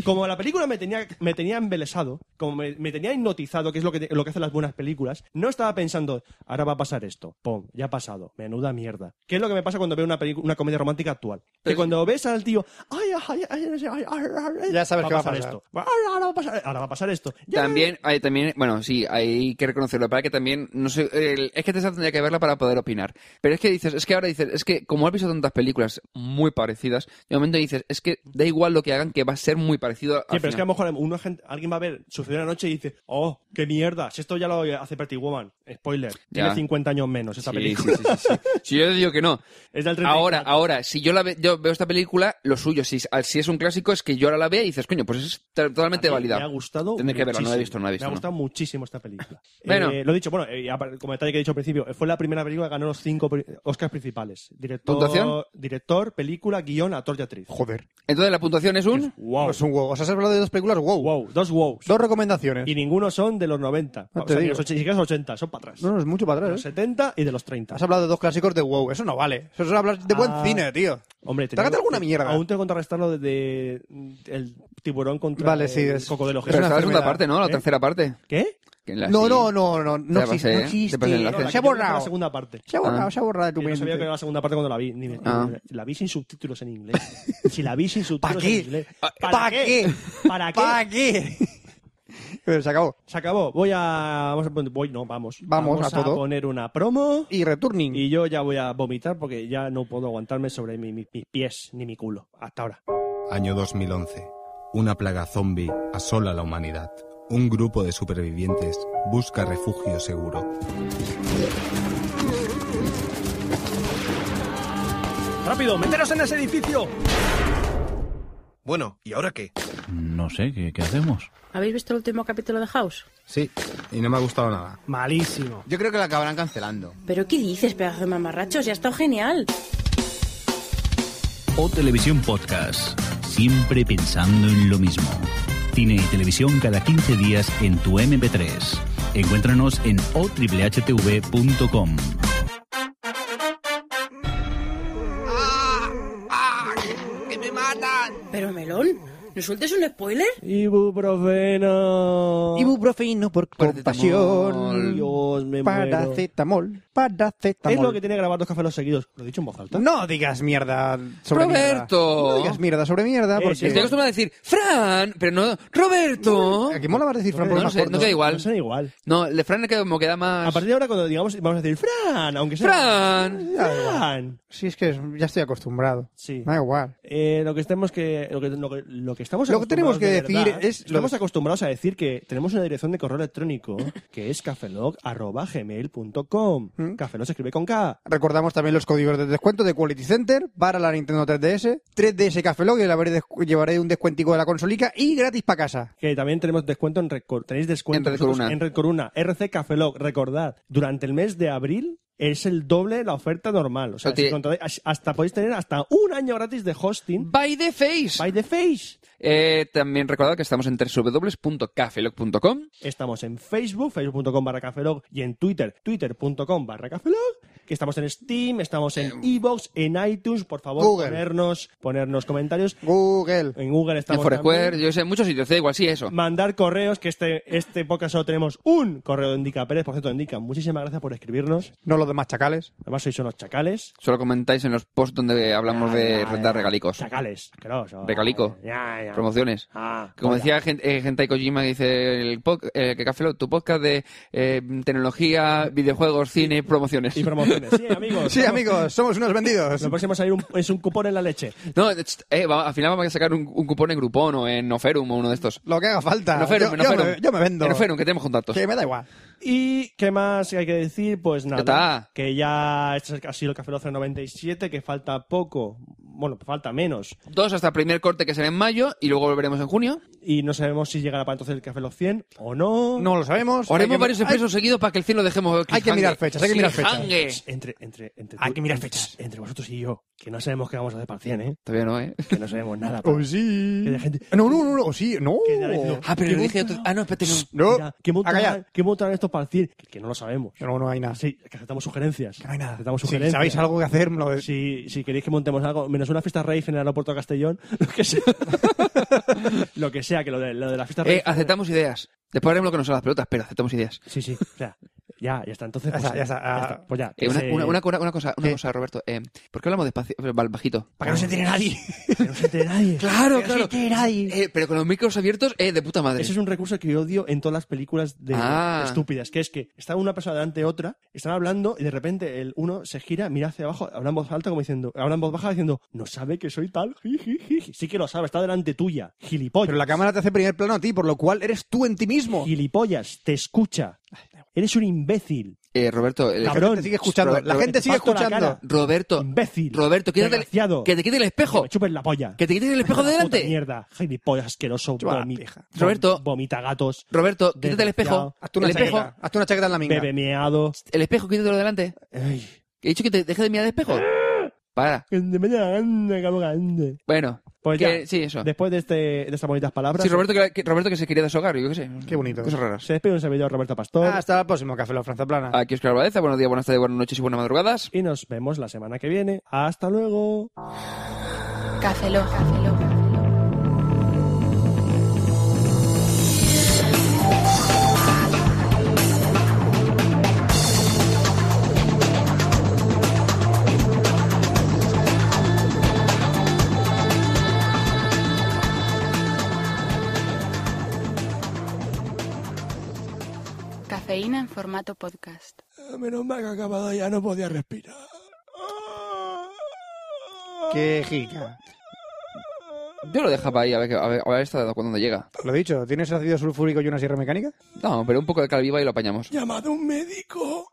Como la película me tenía, me tenía embelesado, como me, me tenía hipnotizado, que es lo que, lo que hacen las buenas películas, no estaba pensando, ahora va a pasar esto, pum, ya ha pasado, menuda mierda. ¿Qué es lo que me pasa cuando veo una, pelicu- una comedia romántica actual? Que Pero- cuando ves al tío, ay, ay, ay, ay, ay, ay, ay, Ya sabes que va a pasar. esto. Ahora, ahora va a pasar, ahora va a pasar esto. Ya- También, hay, también, bueno, sí, hay que reconocerlo. Para que también, no sé, el- es que esta tendría que verla para poder opinar. Pero es que dices, es que ahora dices, es que como has visto tantas películas muy parecidas, de momento dices, es que da igual lo que hagan, que va a ser muy parecido. al Sí, pero es que a final. lo mejor uno, gente- alguien va a ver Sucedió una noche y dice, oh, qué mierda, si esto ya lo hace Pretty Woman. Spoiler, Ya. tiene 50 años menos esta Sí, película. sí, sí, sí, sí. Si yo digo que no. Es del 34. Ahora, ahora, si yo la ve- yo veo esta película, lo suyo, si, es- si es un clásico, es que yo ahora la vea y dices, coño, pues es to- totalmente A mí válida. Me ha gustado. Tendré que verla, no la he muchísimo. visto, no la he visto, Me ha no. gustado muchísimo esta película. Bueno. Eh, lo dicho, bueno, eh, apar- como detalle que he dicho al principio, eh, fue la primera película que ganó los cinco pri- Oscars principales: ¿Puntuación? director, director película, guión, actor y actriz. Joder. Entonces la puntuación es un. Wow. Es un wow. O sea, has hablado de dos películas, wow. Wow, dos wows. Dos recomendacionones. Y ninguno son de los 90. No o te sea, ni digo. los 80, ni siquiera los 80, son para atrás. No, no, es mucho para De atrás. los ¿eh? 70 y de los 30. Has hablado de dos clásicos de wow. Eso no vale. Eso es hablar de buen Ah. cine, tío. Hombre, tenía- Trágate alguna mierda. Aún tengo que contrarrestar lo de, de- el tiburón contra Vale, el sí, es- cocodrilo. Pero una está la segunda enfermedad, parte, ¿no? La ¿eh? tercera parte. ¿Qué? Que en la- No, Ah, sí. no, no, no. No Ya existe. pasé, No ¿eh? existe. Te pasé el No, la enlace. que se ha yo creo que era borrado. La segunda parte. Se ha borrado, Ah. se ha borrado de tu Que no sabía que mente. era la segunda parte cuando la vi. ni- ni- Ah. La vi sin subtítulos en inglés. Si la vi sin ¿Para subtítulos en qué? inglés. ¿Para qué? ¿Para qué? ¿Para qué? Pero se acabó. Se acabó. Voy a. Vamos a poner- voy, no, vamos. Vamos a todo. poner una promo. Y returning. Y yo ya voy a vomitar porque ya no puedo aguantarme sobre mi- mi- mis pies ni mi culo. Hasta ahora. Año 2011. Una plaga zombie asola la humanidad. Un grupo de supervivientes busca refugio seguro. ¡Rápido! ¡Meteros en ese edificio! Bueno, ¿y ahora qué? No sé, ¿qué, qué hacemos? ¿Habéis visto el último capítulo de House? Sí, y no me ha gustado nada. Malísimo. Yo creo que la acabarán cancelando. ¿Pero qué dices, pedazo de mamarrachos? Ya ha estado genial. O Televisión Podcast. Siempre pensando en lo mismo. Cine y televisión cada 15 días en tu MP3. Encuéntranos en otriplehtv.com. Pero Melón, ¿no sueltes un spoiler? Ibuprofeno. Ibuprofeno por compasión. Dios, me muero. Paracetamol. Paracetamol. Es lo que tiene que grabar dos cafés seguidos. Lo he dicho en voz alta. No digas mierda sobre Roberto. mierda. No digas mierda sobre mierda Eh, porque... Estoy acostumbrado a decir, Fran, pero no, Roberto. Aquí mola más decir Fran por No más sé, no corto. queda No igual. suena igual. No, el de Fran como queda A más. partir de ahora, cuando digamos, vamos a decir Fran, aunque sea. Fran. Fran. Sí, es que ya estoy acostumbrado. Sí. Da igual. Eh, lo que estemos que lo que, lo que lo que que estamos Lo que tenemos que acostumbrados de decir verdad, es lo estamos de- acostumbrados a decir que tenemos una dirección de correo electrónico que es cafelog@gmail.com. ¿Mm? Cafelog se escribe con K. Recordamos también los códigos de descuento de Quality Center para la Nintendo 3DS, 3DS Café Lock, y la habré descu- llevaré un descuentico de la consolica y gratis para casa. Que también tenemos descuento en Red Cor- Tenéis descuento En Red vosotros Coruna. en Red Coruna, RC Cafelog. Recordad, durante el mes de abril es el doble la oferta normal. O sea, Pero tiene- si contratáis- as- hasta podéis tener hasta un año gratis de hosting. Mm. By the face. By the face. Eh, también recordad que estamos en www.cafeloc.com. Estamos en Facebook, facebook.com barra cafelog y en Twitter, twitter.com barra cafelog. Que estamos en Steam, estamos en Eh, Evox, en iTunes, por favor, Google. ponernos, ponernos comentarios. Google. En Google En estamos. Foursquare, también. yo sé, en muchos sitios, da igual, sí, eso. Mandar correos, que este, este podcast solo tenemos un correo de Indica Pérez, por cierto, Indica, muchísimas gracias por escribirnos. No los demás chacales. Además, sois unos chacales. Ah, Solo comentáis en los posts donde hablamos de rentar regalicos. Chacales, asquerosos. Regalico. Ya, ya. Promociones. Ah, Como vaya. decía Gen- eh, Gentai Kojima, que dice el pod- eh, que Café Lock, tu podcast de eh, tecnología, videojuegos, cine, promociones. Y promociones. Sí, amigos. Sí, amigos, somos unos vendidos. Lo próximo es salir un- es un cupón en la leche. No, ch- eh, va- al final vamos a sacar un, un cupón en Groupon o en Oferum o uno de estos. Lo que haga falta. En Oferum, Ah, yo, en yo Oferum. me, yo me vendo. En Oferum, que tenemos contactos. Que me da igual. ¿Y qué más hay que decir? Pues nada, está. que ya este ha sido el Café Lock 97, que falta poco, bueno, falta menos. Dos hasta el primer corte que será en mayo y luego volveremos en junio. Y no sabemos si llegará para entonces el Café Lock 100 o no. No lo sabemos. O haremos Hay que- varios hay- expresos seguidos para que el cien lo dejemos. Hay que mirar fechas, hay que mirar fechas. Cliffhanger. Entre, entre, entre Hay tú- que mirar entre- fechas. Entre vosotros y yo, que no sabemos qué vamos a hacer para el 100, ¿eh? Todavía no, ¿eh? Que no sabemos nada. Oh, para- sí. Que la gente- No, no, no, no, sí, no. que ya diciendo, Ah, pero ¿qué lo dije monta- otro... Ah, no, espérate. no. No, mira, ¿Qué a callar. montarán, ¿Qué montarán estos para el 100? Que, que no lo sabemos. No, no hay nada. Sí, que aceptamos sugerencias. No hay nada. Aceptamos Si sugerencias. sabéis algo que hacer, me lo decís. Si, si queréis que montemos algo, menos una fiesta rave en el aeropuerto de Castellón, lo que sea. lo que sea, que lo de, lo de la fiesta rave. Eh, aceptamos ideas. Después haremos lo que nos son las pelotas, pero aceptamos ideas. Sí, sí, o sea, ya, ya está. Entonces, Ya pues, está, ya está, ah. Pues ya. Eh, una, ese- una- una cosa- una cosa, una ¿Qué? cosa, Roberto. Eh, ¿Por qué hablamos despacio, eh, bal- bajito? Para que no se entere nadie. que no se entere nadie. Claro, Pero claro. si te era ahí. Eh, pero con los micros abiertos, eh, de puta madre. Ese es un recurso que yo odio en todas las películas de Ah. estúpidas, que es que está una persona delante de otra, están hablando y de repente el uno se gira, mira hacia abajo, habla en voz alta como diciendo, habla en voz baja diciendo, no sabe que soy tal, ji, ji, ji, ji". sí que lo sabe, está delante tuya, gilipollas. Pero la cámara te hace primer plano a ti, por lo cual eres tú en ti mismo. Gilipollas, te escucha. Eres un imbécil. Eh, Roberto, el- La Cabrón. gente sigue escuchando. Robert- La gente sigue Parto la escuchando. cara. Roberto, Imbécil. Roberto, quítate el, Desgraciado. que te quite el espejo. Que me chupen la polla. Que te quites el espejo de Puta delante. mierda, gilipollas asqueroso, Chúpala, vomi- pija. vom- Roberto. Vomita gatos. Roberto, quítate el espejo. Desgraciado. Hazte una el espejo, chaqueta. Hazte una chaqueta en la minga. Bebe meado. el espejo, quítatelo delante. Ay. He dicho que te deje de mirar el espejo. Para. Ande, vaya, ande, cabrón, ande. Bueno, Pues que- ya. sí, eso. Después de, este, de estas bonitas palabras, Sí, Roberto que, que- Roberto que se quería deshogar, yo qué sé. Qué bonito. Cosas raras. se despide un servidor Roberto Pastor Ah, Hasta Ah, el próximo Café La Franza Ah. Plana. Aquí Oscar Valdeza, buenos días, buenas tardes, buenas noches y buenas madrugadas. y nos vemos la semana que viene. Hasta luego. Café Lock. Café Lock. Cafeína en formato podcast. Menos mal que ha acabado ya, no podía respirar. Qué jica. Yo lo dejaba ahí a ver, que- a ver, a ver esta cuando llega. Lo dicho, ¿tienes ácido sulfúrico y una sierra mecánica? No, pero un poco de calviva y lo apañamos. Llamad a un médico.